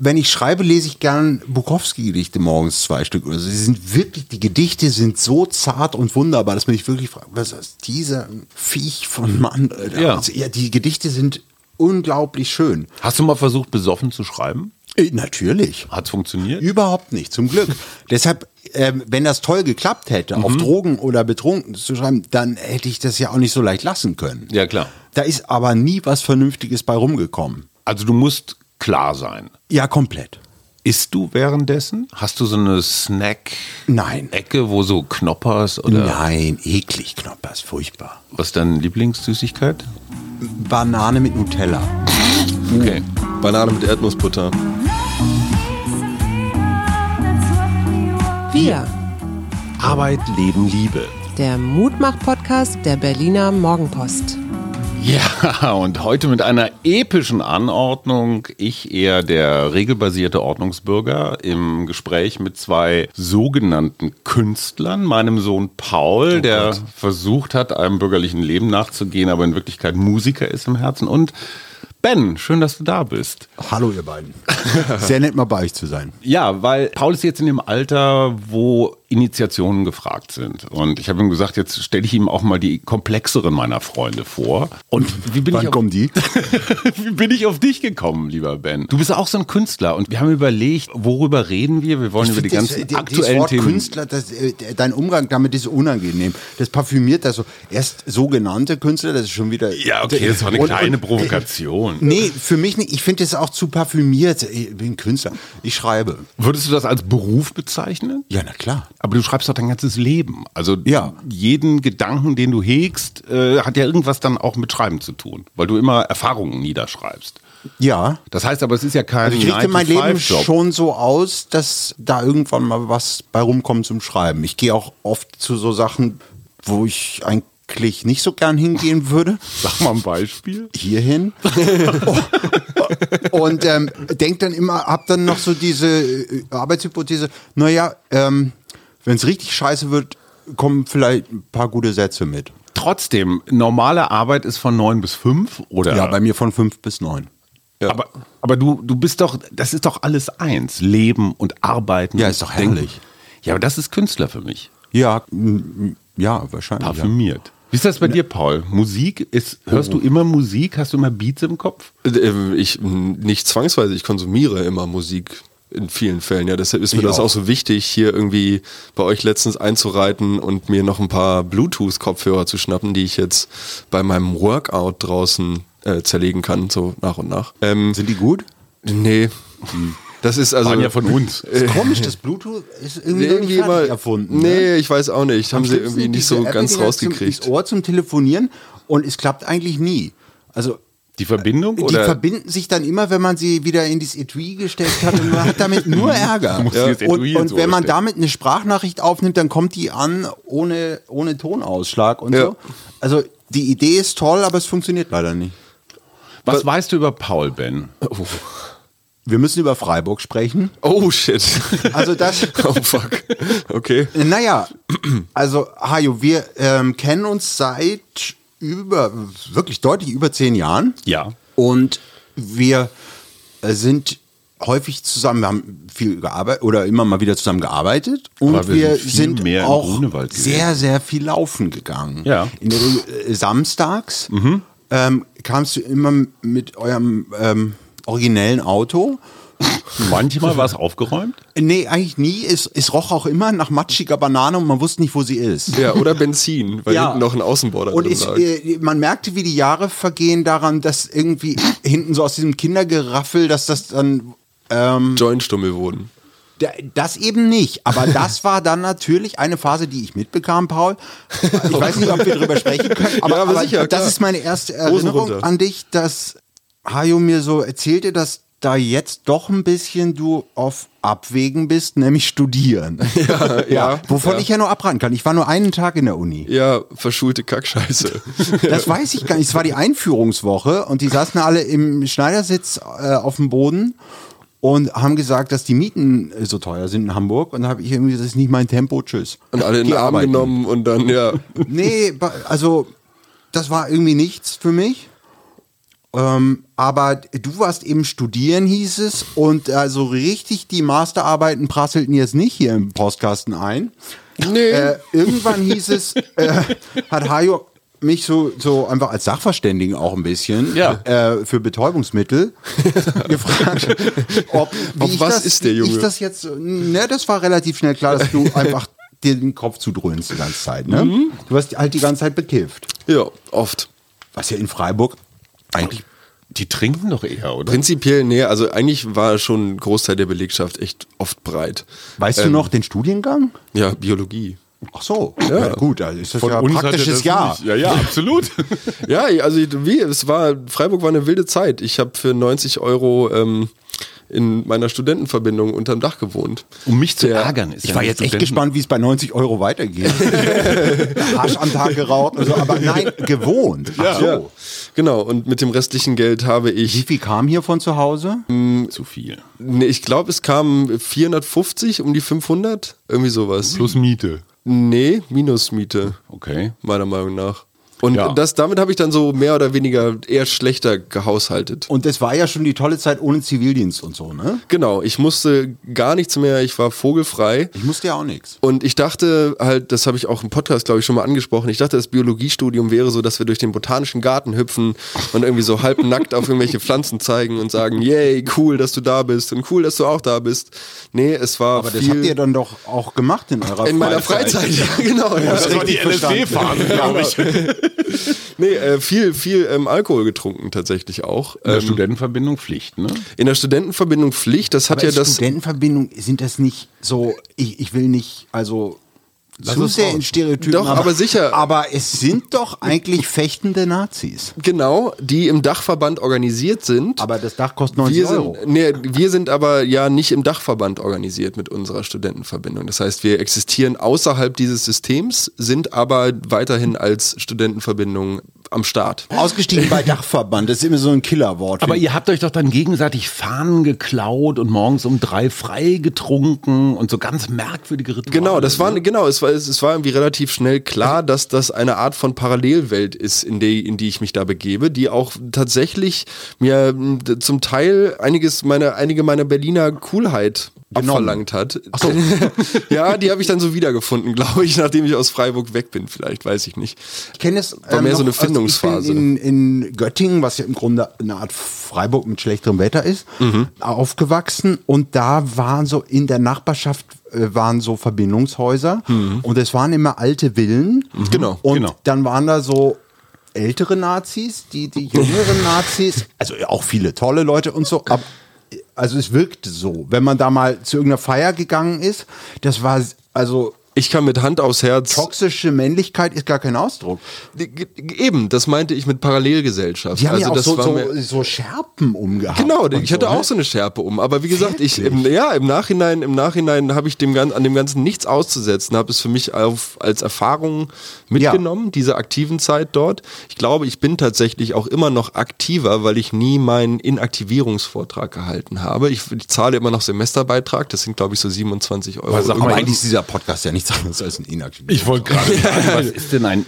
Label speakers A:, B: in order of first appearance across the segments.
A: wenn ich schreibe, lese ich gern Bukowski-Gedichte morgens zwei Stück. Also sie sind wirklich, die Gedichte sind so zart und wunderbar, dass man sich wirklich fragt, was ist dieser Viech von Mann? Alter?
B: Ja.
A: Also, ja, die Gedichte sind unglaublich schön.
B: Hast du mal versucht, besoffen zu schreiben?
A: Äh, Natürlich.
B: Hat's funktioniert?
A: Überhaupt nicht, zum Glück. Deshalb, ähm, wenn das toll geklappt hätte, auf Drogen oder betrunken zu schreiben, dann hätte ich das ja auch nicht so leicht lassen können.
B: Ja, klar.
A: Da ist aber nie was Vernünftiges bei rumgekommen.
B: Also du musst klar sein.
A: Ja, komplett.
B: Isst du währenddessen? Hast du so eine
A: Nein.
B: Snack-Ecke, wo so Knoppers oder
A: Nein, eklig, Knoppers, furchtbar.
B: was ist deine Lieblingssüßigkeit?
A: Banane mit Nutella.
B: Okay.
C: Banane mit Erdnussbutter.
D: Wir,
B: Arbeit, Leben, Liebe.
D: der Mutmach-Podcast der Berliner Morgenpost.
B: Ja, und heute mit einer epischen Anordnung. Ich eher der regelbasierte Ordnungsbürger im Gespräch mit zwei sogenannten Künstlern. Meinem Sohn Paul,
A: Oh
B: der versucht hat, einem bürgerlichen Leben nachzugehen, aber in Wirklichkeit Musiker ist im Herzen. Und Ben, schön, dass du da bist.
A: Hallo, ihr beiden. Sehr nett, mal bei euch zu sein.
B: Ja, weil Paul ist jetzt in dem Alter, wo Initiationen gefragt sind. Und ich habe ihm gesagt, jetzt stelle ich ihm auch mal die komplexeren meiner Freunde vor. Und wie bin ich
A: Wann
B: auf-
A: kommen die?
B: Wie bin ich auf dich gekommen, lieber Ben? Du bist auch so ein Künstler und wir haben überlegt, worüber reden wir? Wir wollen über die ganzen aktuellen
A: Wort
B: Themen.
A: Künstler, das, äh, dein Umgang damit ist unangenehm. Das parfümiert das so. Erst sogenannte Künstler, das ist schon wieder.
B: Ja, okay, das war eine
A: Und-
B: kleine
A: und-
B: Provokation.
A: Nee, für mich nicht. Ich finde es auch zu parfümiert. Ich bin Künstler. Ich schreibe.
B: Würdest du das als Beruf bezeichnen?
A: Ja, na klar.
B: Aber du schreibst doch dein ganzes Leben. Also
A: Ja.
B: jeden Gedanken, den du hegst, äh, hat ja irgendwas dann auch mit Schreiben zu tun, weil du immer Erfahrungen niederschreibst.
A: Ja.
B: Das heißt aber, es ist ja kein
A: Also Ich richte mein Leben
B: 9-to-5-Job.
A: schon so aus, dass da irgendwann mal was bei rumkommt zum Schreiben. Ich gehe auch oft zu so Sachen, wo ich eigentlich nicht so gern hingehen würde.
B: Sag mal ein Beispiel.
A: hierhin und ähm, denk dann immer, hab dann noch so diese äh, Arbeitshypothese, naja, ähm, wenn es richtig scheiße wird, kommen vielleicht ein paar gute Sätze mit.
B: Trotzdem, normale Arbeit ist von 9 bis 5 oder?
A: Ja, bei mir von fünf bis neun.
B: Aber, aber du, du bist doch, das ist doch alles eins. Leben und Arbeiten.
A: Ja,
B: und
A: ist doch
B: Denken.
A: herrlich.
B: Ja, aber das ist Künstler für mich.
A: Ja, m- m- ja, wahrscheinlich. Ja.
B: Parfümiert. Wie ist das bei dir, Paul? Musik ist, hörst
A: Oh.
B: du immer Musik? Hast du immer Beats im Kopf?
C: Ähm, Ich m, nicht zwangsweise, ich konsumiere immer Musik in vielen Fällen. Ja, deshalb ist mir
A: Ich
C: das
A: auch.
C: auch so wichtig, hier irgendwie bei euch letztens einzureiten und mir noch ein paar Bluetooth-Kopfhörer zu schnappen, die ich jetzt bei meinem Workout draußen äh, zerlegen kann, so nach und nach. Ähm,
A: Sind die gut?
C: nee.
A: Hm.
C: Das ist also.
B: Waren ja von uns.
A: Ist komisch, das Bluetooth ist irgendwie, noch nicht fertig
C: immer-
A: erfunden. ne?
C: Nee, ich weiß auch nicht. Haben sie
A: Schlimmsten
C: irgendwie nicht
A: diese
C: so
A: App, die
C: ganz
A: da Zum,
C: rausgekriegt.
A: ins Ohr zum Telefonieren und es klappt eigentlich nie. Also
B: Die Verbindung?
A: Die
B: oder?
A: verbinden sich dann immer, wenn man sie wieder in das Etui gesteckt hat und man hat damit nur Ärger.
B: musst dieses Etui
A: und und
B: ins Ohr
A: wenn man
B: stecken.
A: damit eine Sprachnachricht aufnimmt, dann kommt die an ohne, ohne Tonausschlag und
C: Ja.
A: so. Also die Idee ist toll, aber es funktioniert leider nicht.
B: Was weißt du über Paul, Ben?
A: Wir müssen über Freiburg sprechen.
C: Oh shit.
A: Also das,
C: oh fuck. Okay.
A: naja, also Hajo, wir ähm, kennen uns seit über, wirklich deutlich über zehn Jahren.
B: Ja.
A: Und wir äh, sind häufig zusammen, wir haben viel gearbeitet oder immer mal wieder zusammen gearbeitet und
B: Aber wir
A: wir,
B: sind viel
A: sind,
B: mehr im
A: auch
B: Grunewald gewesen.
A: sehr, sehr viel laufen gegangen.
B: Ja. Mhm.
A: In der Regel äh, samstags ähm, kamst du immer mit eurem ähm, originellen Auto.
B: Manchmal war es aufgeräumt.
A: Nee, eigentlich nie. Es, es roch auch immer nach matschiger Banane und man wusste nicht, wo sie ist.
C: Ja, oder Benzin, weil hinten noch ein Außenborder
A: Und
C: drin
A: es,
C: lag.
A: äh, man merkte, wie die Jahre vergehen daran, dass irgendwie hinten so aus diesem Kindergeraffel, dass das dann ähm,
C: Jointstummel wurden.
A: da- das eben nicht. Aber das war dann natürlich eine Phase, die ich mitbekam, Paul. Ich weiß nicht, ob wir darüber sprechen können, aber,
C: Ja, aber
A: aber
C: sicher,
A: das
C: klar.
A: ist meine erste
C: Hosen
A: Erinnerung
C: runter.
A: an dich, dass Hajo mir so erzählte, dass da jetzt doch ein bisschen du auf Abwägen bist, nämlich studieren. Ja,
C: ja,
A: Wovon
C: ja.
A: ich ja nur abraten kann. Ich war nur einen Tag in der Uni.
C: Ja, verschulte Kackscheiße.
A: Das weiß ich gar nicht. Es war die Einführungswoche und die saßen alle im Schneidersitz äh, auf dem Boden und haben gesagt, dass die Mieten äh, so teuer sind in Hamburg. Und da habe ich irgendwie, das ist nicht mein Tempo, tschüss.
C: Und alle in
A: Geh
C: den Arm
A: arbeiten.
C: genommen und dann, ja.
A: Nee, ba- also das war irgendwie nichts für mich. Ähm, aber du warst eben studieren, hieß es, und also richtig die Masterarbeiten prasselten jetzt nicht hier im Postkasten ein.
C: Nee.
A: Äh, irgendwann hieß es, äh, hat Hajo mich so, so einfach als Sachverständigen auch ein bisschen
B: Ja.
A: äh, für Betäubungsmittel gefragt, ob, wie
C: Ob
A: ich
C: was
A: das,
C: ist der Junge?
A: Ich das jetzt, ne, das war relativ schnell klar, dass du einfach dir den Kopf zudröhnst die ganze Zeit. Ne? Du warst halt die ganze Zeit bekifft.
C: Ja, oft.
A: Was ja in Freiburg eigentlich
B: Die trinken doch eher, oder?
C: Prinzipiell, nee, also eigentlich war schon ein Großteil der Belegschaft echt oft breit.
A: Weißt du noch den Studiengang?
C: Ja, Biologie.
A: Ach so, ja. gut, also ist das ja
B: uns hat er
A: praktisches
B: das
A: Jahr.
B: nicht. Ja, ja, absolut.
C: Ja, also wie, es war, Freiburg war eine wilde Zeit. Ich habe für 90 Euro ähm, in meiner Studentenverbindung unterm Dach gewohnt.
B: Um mich zu
C: Der-
B: ärgern ist
A: Ich
B: ja
A: war
B: nicht
A: jetzt
B: zu
A: echt
B: finden.
A: gespannt, wie es bei 90 Euro weitergeht. Arsch am Tag geraucht, also, aber nein, gewohnt. Ach so.
C: Ja, genau. Und mit dem restlichen Geld habe
A: Wie
C: ich,
A: viel kam hier von zu Hause?
B: Zu viel.
C: nee, ich glaube, es kamen 450, um die 500, irgendwie sowas.
B: Plus Miete.
C: Nee, Minusmiete,
B: Okay.
C: meiner Meinung nach. Und
B: Ja.
C: das, damit habe ich dann so mehr oder weniger eher schlechter gehaushaltet.
A: Und es war ja schon die tolle Zeit ohne Zivildienst und so, ne?
C: Genau, ich musste gar nichts mehr, ich war vogelfrei.
A: Ich musste ja auch nichts.
C: Und ich dachte halt, das habe ich auch im Podcast, glaube ich, schon mal angesprochen, ich dachte, das Biologiestudium wäre so, dass wir durch den botanischen Garten hüpfen und irgendwie so halbnackt auf irgendwelche Pflanzen zeigen und sagen, yay, cool, dass du da bist und cool, dass du auch da bist. Nee, es war
A: Aber
C: viel
A: das habt ihr dann doch auch gemacht in eurer
C: in meiner
A: Freizeit.
C: Freizeit. Ja, genau. Ja.
B: Das war die LSD-Phase, glaube ich. In
C: Nee, äh, viel, viel ähm, Alkohol getrunken tatsächlich auch.
B: der
C: Ähm,
B: Äh, Studentenverbindung Pflicht, ne?
C: in der Studentenverbindung Pflicht, das hat
A: Aber
C: ja das...
A: Studentenverbindung sind das nicht so, ich, ich will nicht, also zu
B: es
A: sehr
B: raus.
A: in Stereotypen.
C: Doch, aber sicher.
A: Aber es sind doch eigentlich fechtende Nazis.
C: Genau, die im Dachverband organisiert sind.
A: Aber das Dach kostet 90
C: wir sind,
A: Euro.
C: Nee, wir sind aber ja nicht im Dachverband organisiert mit unserer Studentenverbindung. Das heißt, wir existieren außerhalb dieses Systems, sind aber weiterhin als Studentenverbindung am Start.
A: Ausgestiegen bei Dachverband, das ist immer so ein Killerwort.
B: Aber ihr habt euch doch dann gegenseitig Fahnen geklaut und morgens um drei frei getrunken und so ganz merkwürdige Rituale.
C: Genau, das
A: ne?
C: war genau, es war es war irgendwie relativ schnell klar, dass das eine Art von Parallelwelt ist, in die in die ich mich da begebe, die auch tatsächlich mir m, d- zum Teil einiges meiner einige meiner Berliner Coolheit abverlangt hat. Ach so. ja, die habe ich dann so wiedergefunden, glaube ich, nachdem ich aus Freiburg weg bin, vielleicht, weiß ich nicht.
A: ich kenne es
C: War mehr so eine
A: noch- also ich bin
C: Findungsphase.
A: in, in Göttingen, was ja im Grunde eine Art Freiburg mit schlechterem Wetter ist, aufgewachsen und da waren so in der Nachbarschaft äh, waren so Verbindungshäuser und es waren immer alte Villen.
C: Genau,
A: Und
B: genau.
A: dann waren da so ältere Nazis, die die jüngeren Nazis, also auch viele tolle Leute und so, aber also es wirkte so, wenn man da mal zu irgendeiner Feier gegangen ist, das war also
C: Ich kann mit Hand aufs Herz
A: toxische Männlichkeit ist gar kein Ausdruck.
C: eben, das meinte ich mit Parallelgesellschaft. Also
A: Die haben ja auch
C: das
A: so,
C: war mir-
A: so, so Schärpen umgehabt.
C: Genau,
A: und
C: ich hatte
A: so, ne?
C: auch so eine Schärpe um. Aber wie gesagt, ich im, ja im Nachhinein, im Nachhinein habe ich dem Gan- an dem Ganzen nichts auszusetzen, habe es für mich auf, als Erfahrung mitgenommen, diese aktiven Zeit dort. Ich glaube, ich bin tatsächlich auch immer noch aktiver, weil ich nie meinen Inaktivierungsvortrag gehalten habe. Ich, ich zahle immer noch Semesterbeitrag, das sind glaube ich so 27 Euro.
B: sag
A: Aber
B: mal,
C: irgendwas.
A: eigentlich ist dieser Podcast ja nichts anderes als ein Inaktivität.
B: Ich wollte gerade sagen, was ist denn ein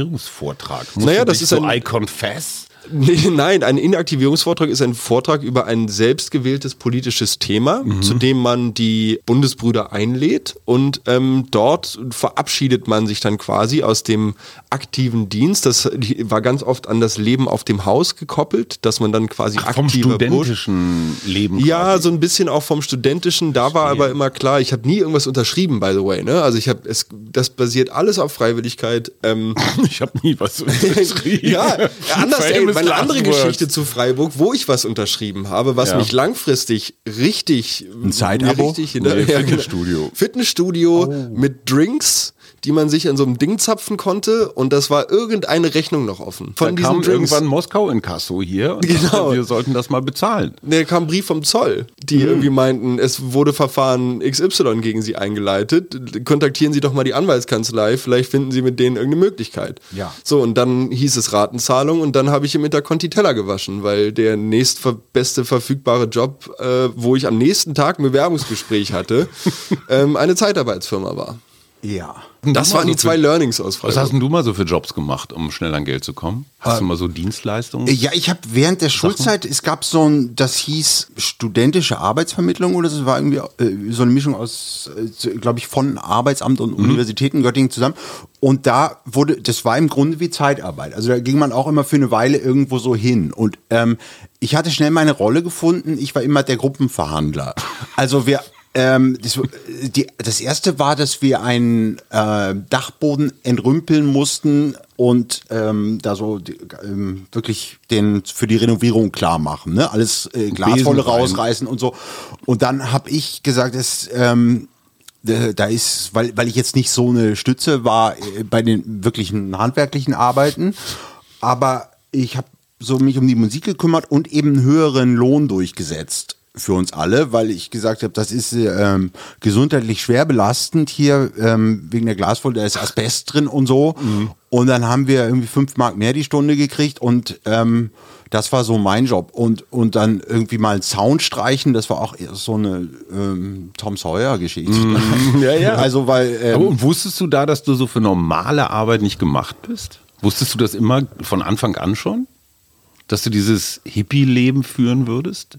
B: Inaktivierungsvortrag? Musst
C: Naja,
B: du
C: das
B: dich
C: ist
B: so
C: ein-
B: I confess.
C: Nee, nein, ein Inaktivierungsvortrag ist ein Vortrag über ein selbstgewähltes politisches Thema,
B: Mhm.
C: zu dem man die Bundesbrüder einlädt und ähm, dort verabschiedet man sich dann quasi aus dem aktiven Dienst. Das war ganz oft an das Leben auf dem Haus gekoppelt, dass man dann quasi
B: Vom
C: aktiver wurde.
B: studentischen Leben.
C: Ja,
B: quasi.
C: so ein bisschen auch vom studentischen. Da war aber immer klar, ich habe nie irgendwas unterschrieben, by the way. Ne? Also ich habe es, das basiert alles auf Freiwilligkeit. Ähm,
B: Ich habe nie was unterschrieben.
C: ja, anders ey,
B: Famous
C: meine
B: last
C: andere
B: words.
C: Geschichte zu Freiburg, wo ich was unterschrieben habe, was
B: Ja.
C: mich langfristig richtig ein
A: Zeitabo?
C: richtig
B: Nee,
C: ja,
B: Fitnessstudio. Oh.
C: genau. Fitnessstudio mit Drinks, die man sich an so einem Ding zapfen konnte und das war irgendeine Rechnung noch offen
B: Dann
C: von diesen
B: kam
C: Drinks.
B: irgendwann Moskau in Kasso hier und
C: Genau.
B: sagte, wir sollten das mal bezahlen.
C: Nee, kam ein Brief vom Zoll, die
B: Mhm.
C: irgendwie meinten, es wurde Verfahren XY gegen sie eingeleitet. Kontaktieren Sie doch mal die Anwaltskanzlei, vielleicht finden Sie mit denen irgendeine Möglichkeit.
A: Ja.
C: So, und dann hieß es Ratenzahlung und dann habe ich im Interconti-Teller gewaschen, weil der nächstbeste verfügbare Job, äh, wo ich am nächsten Tag ein Bewerbungsgespräch hatte, ähm, eine Zeitarbeitsfirma war.
A: Ja.
B: Hm,
C: Das waren die zwei Learnings aus
B: Was hast
C: Freiburg.
B: denn du mal so für Jobs gemacht, um schnell an Geld zu kommen?
C: Äh,
B: Hast du mal so Dienstleistungen?
A: Äh, Ja, ich habe während der Schulzeit, es gab so ein, das hieß studentische Arbeitsvermittlung oder so, das war irgendwie äh, so eine Mischung aus, äh, glaube ich, von Arbeitsamt und Universitäten Göttingen zusammen. Und da wurde, das war im Grunde wie Zeitarbeit. Also da ging man auch immer für eine Weile irgendwo so hin. Und ähm, ich hatte schnell meine Rolle gefunden. Ich war immer der Gruppenverhandler. Also wir ähm, das, die, das erste war, dass wir einen äh, Dachboden entrümpeln mussten und ähm, da so die, ähm, wirklich den für die Renovierung klar machen. Ne? Alles äh, Glaswolle
B: rein.
A: rausreißen und so. Und dann habe ich gesagt, dass ähm, äh, da ist, weil, weil ich jetzt nicht so eine Stütze war äh, bei den wirklichen handwerklichen Arbeiten, aber ich habe so mich um die Musik gekümmert und eben einen höheren Lohn durchgesetzt für uns alle, weil ich gesagt habe, das ist äh, ähm, gesundheitlich schwer belastend hier ähm, wegen der Glasfolie, da ist Asbest drin und so. Und dann haben wir irgendwie fünf Mark mehr die Stunde gekriegt und ähm, das war so mein Job. Und, und dann irgendwie mal einen Sound streichen, das war auch eher so eine ähm, Tom Sawyer-Geschichte.
B: Mhm. Ja, ja.
A: Also, weil. ähm,
B: Aber und wusstest du da, dass du so für normale Arbeit nicht gemacht bist? Wusstest du das immer von Anfang an schon? Dass du dieses Hippie-Leben führen würdest?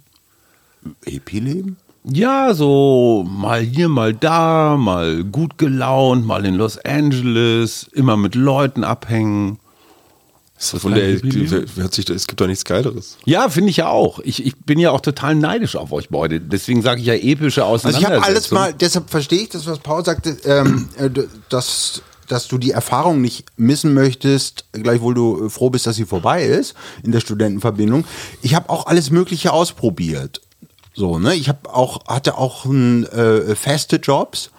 B: E
A: Hippie-Leben?
B: Ja, so mal hier, mal da, mal gut gelaunt, mal in Los Angeles, immer mit Leuten abhängen.
C: Von
B: kein
C: der,
B: Hippie-Leben?
C: die- hört sich, es gibt doch nichts Geileres.
B: Ja, finde ich ja auch. Ich, ich bin ja auch total neidisch auf euch beide. Deswegen sage ich ja epische
A: Also ich
B: Auseinandersetzungen.
A: habe alles mal, deshalb verstehe ich das, was Paul sagte, ähm, äh, d- dass, dass du die Erfahrung nicht missen möchtest, gleichwohl du äh, froh bist, dass sie vorbei ist in der Studentenverbindung. Ich habe auch alles Mögliche ausprobiert. So, ne? Ich habe auch, hatte auch ein, äh, feste Jobs.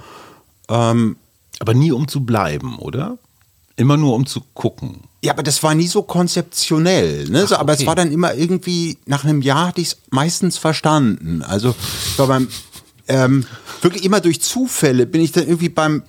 B: Aber nie um zu bleiben, oder? Immer nur um zu gucken.
A: Ja, aber das war nie so konzeptionell. Ne? so, aber es war dann immer irgendwie, nach einem Jahr hatte ich es meistens verstanden. Also ich war beim, ähm, wirklich immer durch Zufälle bin ich dann irgendwie beim,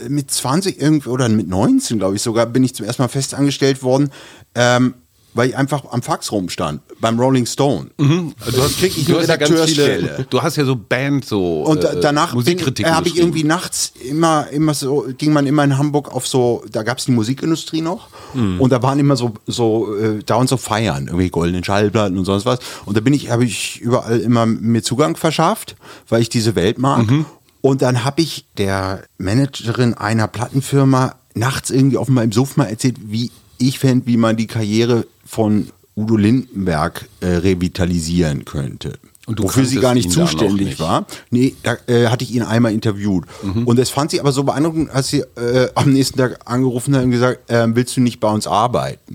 A: äh, mit 20 irgendwie oder mit 19, glaube ich sogar, bin ich zum ersten Mal festangestellt worden, ähm, weil ich einfach am Fax rumstand, beim Rolling Stone.
B: Mhm.
A: Also,
B: Du hast,
A: krieg ich eine
B: ja ganz
A: Redakteurstelle.
B: viele. Du hast ja so Band, so
A: Und da-
B: äh,
A: danach
B: Musikkritiken
A: habe ich
B: geschrieben.
A: irgendwie nachts immer, immer so, ging man immer in Hamburg auf so, da gab es die Musikindustrie noch
B: Hm.
A: und da waren immer so, so äh, Downs of Feiern, irgendwie goldenen Schallplatten und sonst was. Und da bin ich, habe ich überall immer mir Zugang verschafft, weil ich diese Welt mag.
B: Mhm.
A: Und dann habe ich der Managerin einer Plattenfirma nachts irgendwie offenbar im Suff mal erzählt, wie ich fände, wie man die Karriere von Udo Lindenberg äh, revitalisieren könnte.
B: Und du
A: wofür sie
B: kanntest
A: gar nicht
B: ihn da noch
A: zuständig
B: nicht.
A: war. Nee, da äh, hatte ich ihn einmal interviewt. Und das fand sie aber so beeindruckend, als sie äh, am nächsten Tag angerufen hat und gesagt, ähm, willst du nicht bei uns arbeiten?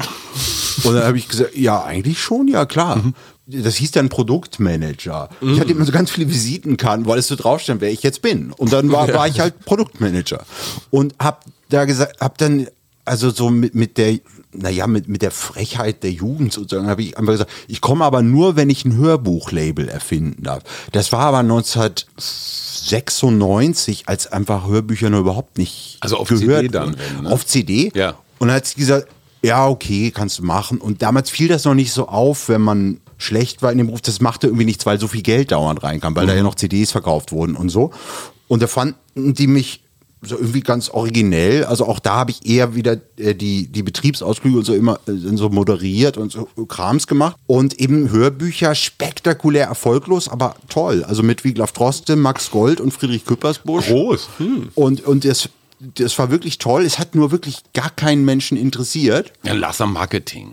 A: und dann habe ich gesagt, ja, eigentlich schon, ja klar.
B: Mhm.
A: Das hieß dann Produktmanager. Ich hatte immer so ganz viele Visitenkarten, weil es so draufstand, wer ich jetzt bin. Und dann war, war ich halt Produktmanager. Und hab da gesagt, hab dann, also so mit, mit der, naja, mit, mit der Frechheit der Jugend sozusagen, habe ich einfach gesagt, ich komme aber nur, wenn ich ein Hörbuchlabel erfinden darf. Das war aber 1996, als einfach Hörbücher nur überhaupt nicht
B: Also auf CD dann,
A: wurden.
B: wenn, ne?
A: Auf CD.
B: Ja.
A: Und dann hat sie gesagt, ja, okay, kannst du machen. Und damals fiel das noch nicht so auf, wenn man schlecht war in dem Beruf. Das machte irgendwie nichts, weil so viel Geld dauernd reinkam,
B: Mhm.
A: weil da ja noch CDs verkauft wurden und so. Und da fanden die mich so irgendwie ganz originell. Also auch da habe ich eher wieder äh, die, die Betriebsausflüge und so immer äh, so moderiert und so Krams gemacht. Und eben Hörbücher spektakulär erfolglos, aber toll. Also mit Wiglaf Droste, Max Gold und Friedrich Küppersbusch. Groß. Und, und das das war wirklich toll. Es hat nur wirklich gar keinen Menschen interessiert.
B: Ja, lass am Marketing.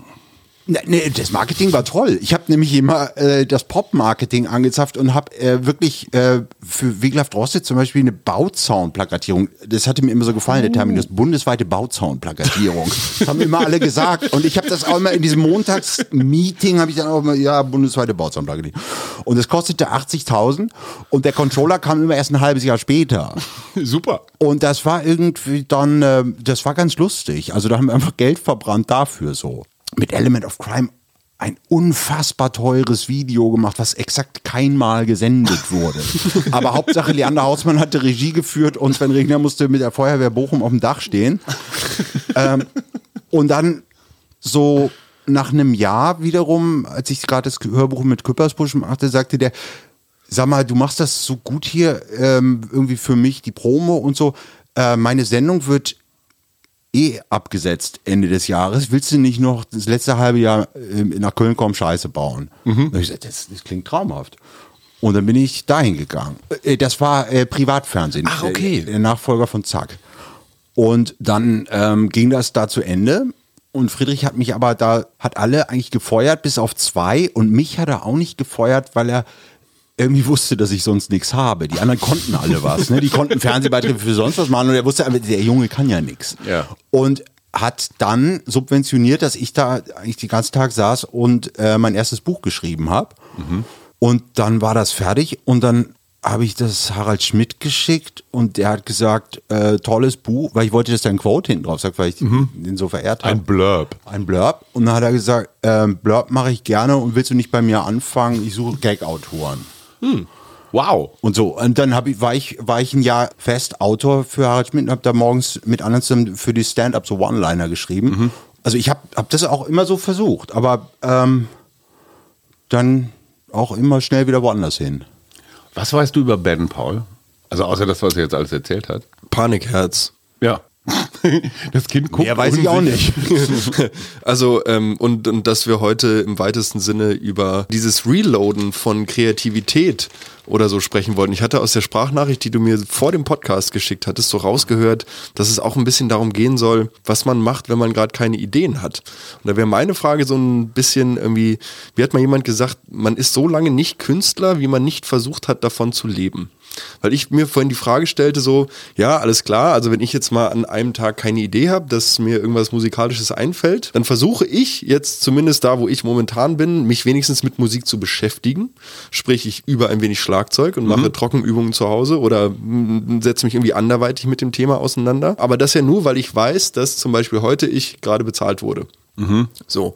A: Ne, ne, das Marketing war toll. Ich habe nämlich immer äh, das Pop-Marketing angezapft und habe äh, wirklich äh, für Wiglaf Droste zum Beispiel eine Bauzaun-Plakatierung. Das hatte mir immer so gefallen, der Terminus. Bundesweite Bauzaun-Plakatierung. Das haben immer alle gesagt. Und ich habe das auch immer in diesem Montags-Meeting, habe ich dann auch immer, ja, bundesweite Bauzaun-Plakatierung. Und das kostete 80.000 und der Controller kam immer erst ein halbes Jahr später.
B: Super.
A: Und das war irgendwie dann, äh, das war ganz lustig. Also da haben wir einfach Geld verbrannt dafür so. Mit Element of Crime ein unfassbar teures Video gemacht, was exakt keinmal gesendet wurde. Aber Hauptsache Leander Hausmann hatte Regie geführt und Sven Regner musste mit der Feuerwehr Bochum auf dem Dach stehen. ähm, und dann so nach einem Jahr wiederum, als ich gerade das Hörbuch mit Küppersbusch machte, sagte der, sag mal, du machst das so gut hier ähm, irgendwie für mich, die Promo und so. äh, meine Sendung wird eh abgesetzt Ende des Jahres. Willst du nicht noch das letzte halbe Jahr äh, nach Köln kommen, Scheiße bauen?
B: Mhm.
A: Und ich gesagt, das, das klingt traumhaft. Und dann bin ich dahin gegangen. Äh, Das war äh, Privatfernsehen.
B: Ach, okay.
A: Äh, Der Nachfolger von Zack. Und dann ähm, ging das da zu Ende. Und Friedrich hat mich aber da, hat alle eigentlich gefeuert, bis auf zwei. Und mich hat er auch nicht gefeuert, weil er irgendwie wusste, dass ich sonst nichts habe. Die anderen konnten alle was. Ne? Die konnten Fernsehbeiträge für sonst was machen. Und er wusste, aber der Junge kann ja nichts.
B: Ja.
A: Und hat dann subventioniert, dass ich da eigentlich den ganzen Tag saß und äh, mein erstes Buch geschrieben habe.
B: Mhm.
A: Und dann war das fertig und dann habe ich das Harald Schmidt geschickt und der hat gesagt, äh, tolles Buch, weil ich wollte, dass da ein Quote hinten drauf sagt, weil ich den so verehrt habe.
B: Mhm. Ein Blurb.
A: Ein Blurb. Und dann hat er gesagt, ähm, Blurb mache ich gerne und willst du nicht bei mir anfangen? Ich suche Gag-Autoren.
B: Wow.
A: Und so. Und dann hab ich, war, ich, war ich ein Jahr fest Autor für Harald Schmidt und habe da morgens mit anderen zusammen für die Stand-Up so One-Liner geschrieben.
B: Mhm.
A: Also ich habe hab das auch immer so versucht, aber ähm, dann auch immer schnell wieder woanders hin.
B: Was weißt du über Ben Paul? Also außer das, was er jetzt alles erzählt hat.
C: Panikherz.
B: Ja. Das Kind guckt.
A: Mehr weiß ich auch
B: unsicher.
A: nicht.
C: also, ähm, und, und dass wir heute im weitesten Sinne über dieses Reloaden von Kreativität oder so sprechen wollten. Ich hatte aus der Sprachnachricht, die du mir vor dem Podcast geschickt hattest, so rausgehört, dass es auch ein bisschen darum gehen soll, was man macht, wenn man gerade keine Ideen hat. Und da wäre meine Frage so ein bisschen irgendwie, wie hat mal jemand gesagt, man ist so lange nicht Künstler, wie man nicht versucht hat, davon zu leben. Weil ich mir vorhin die Frage stellte, so, ja, alles klar, also wenn ich jetzt mal an einem Tag keine Idee habe, dass mir irgendwas Musikalisches einfällt, dann versuche ich jetzt zumindest da, wo ich momentan bin, mich wenigstens mit Musik zu beschäftigen. Sprich, ich übe ein wenig Schlagzeug und
A: Mhm.
C: mache Trockenübungen zu Hause oder mm, setze mich irgendwie anderweitig mit dem Thema auseinander. Aber das ja nur, weil ich weiß, dass zum Beispiel heute ich gerade bezahlt wurde. So.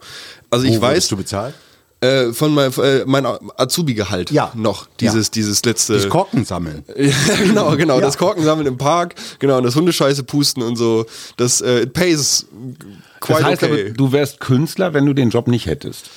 C: Also ich
A: Mhm. Wo
C: weiß,
A: wurdest du bezahlt?
C: äh, von meinem äh, mein Azubi-Gehalt
A: Ja.
C: noch,
A: Ja.
C: dieses, dieses letzte.
A: Das Korken sammeln.
C: Ja, genau, genau. Das Korken sammeln im Park, genau, und das Hundescheiße pusten und so. Das äh, it pays quite
B: Das heißt
C: okay.
B: aber, du wärst Künstler, wenn du den Job nicht hättest.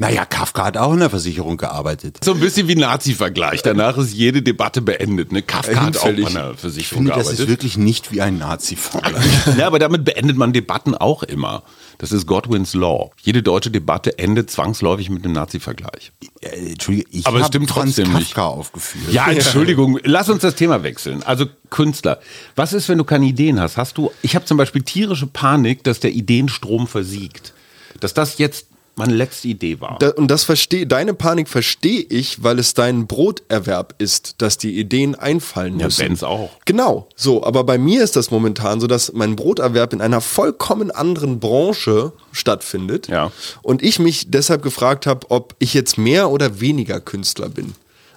A: Naja, Kafka hat auch in der Versicherung gearbeitet.
B: So ein bisschen wie Nazi-Vergleich. Danach ist jede Debatte beendet. Ne? Kafka hat auch
C: Hinfällig.
B: an der
A: Ich
B: Versicherung
A: finde, das ist
B: gearbeitet.
A: wirklich nicht wie ein Nazi-Vergleich.
B: ja, aber damit beendet man Debatten auch immer. Das ist Godwins Law. Jede deutsche Debatte endet zwangsläufig mit einem Nazi-Vergleich.
A: Äh, Entschuldige, ich
B: Aber es
A: hab
B: stimmt
A: Franz
B: trotzdem
A: Kafka
B: nicht.
A: aufgeführt.
B: Ja, Entschuldigung, lass uns das Thema wechseln. Also Künstler, was ist, wenn du keine Ideen hast? Hast du? Ich habe zum Beispiel tierische Panik, dass der Ideenstrom versiegt, dass das jetzt meine letzte Idee war.
C: Da, und das verstehe, deine Panik verstehe ich, weil es dein Broterwerb ist, dass die Ideen einfallen
B: Ja,
C: müssen.
B: Bands auch.
C: Genau, so. Aber bei mir ist das momentan so, dass mein Broterwerb in einer vollkommen anderen Branche stattfindet.
B: Ja.
C: Und ich mich deshalb gefragt habe, ob ich jetzt mehr oder weniger Künstler bin.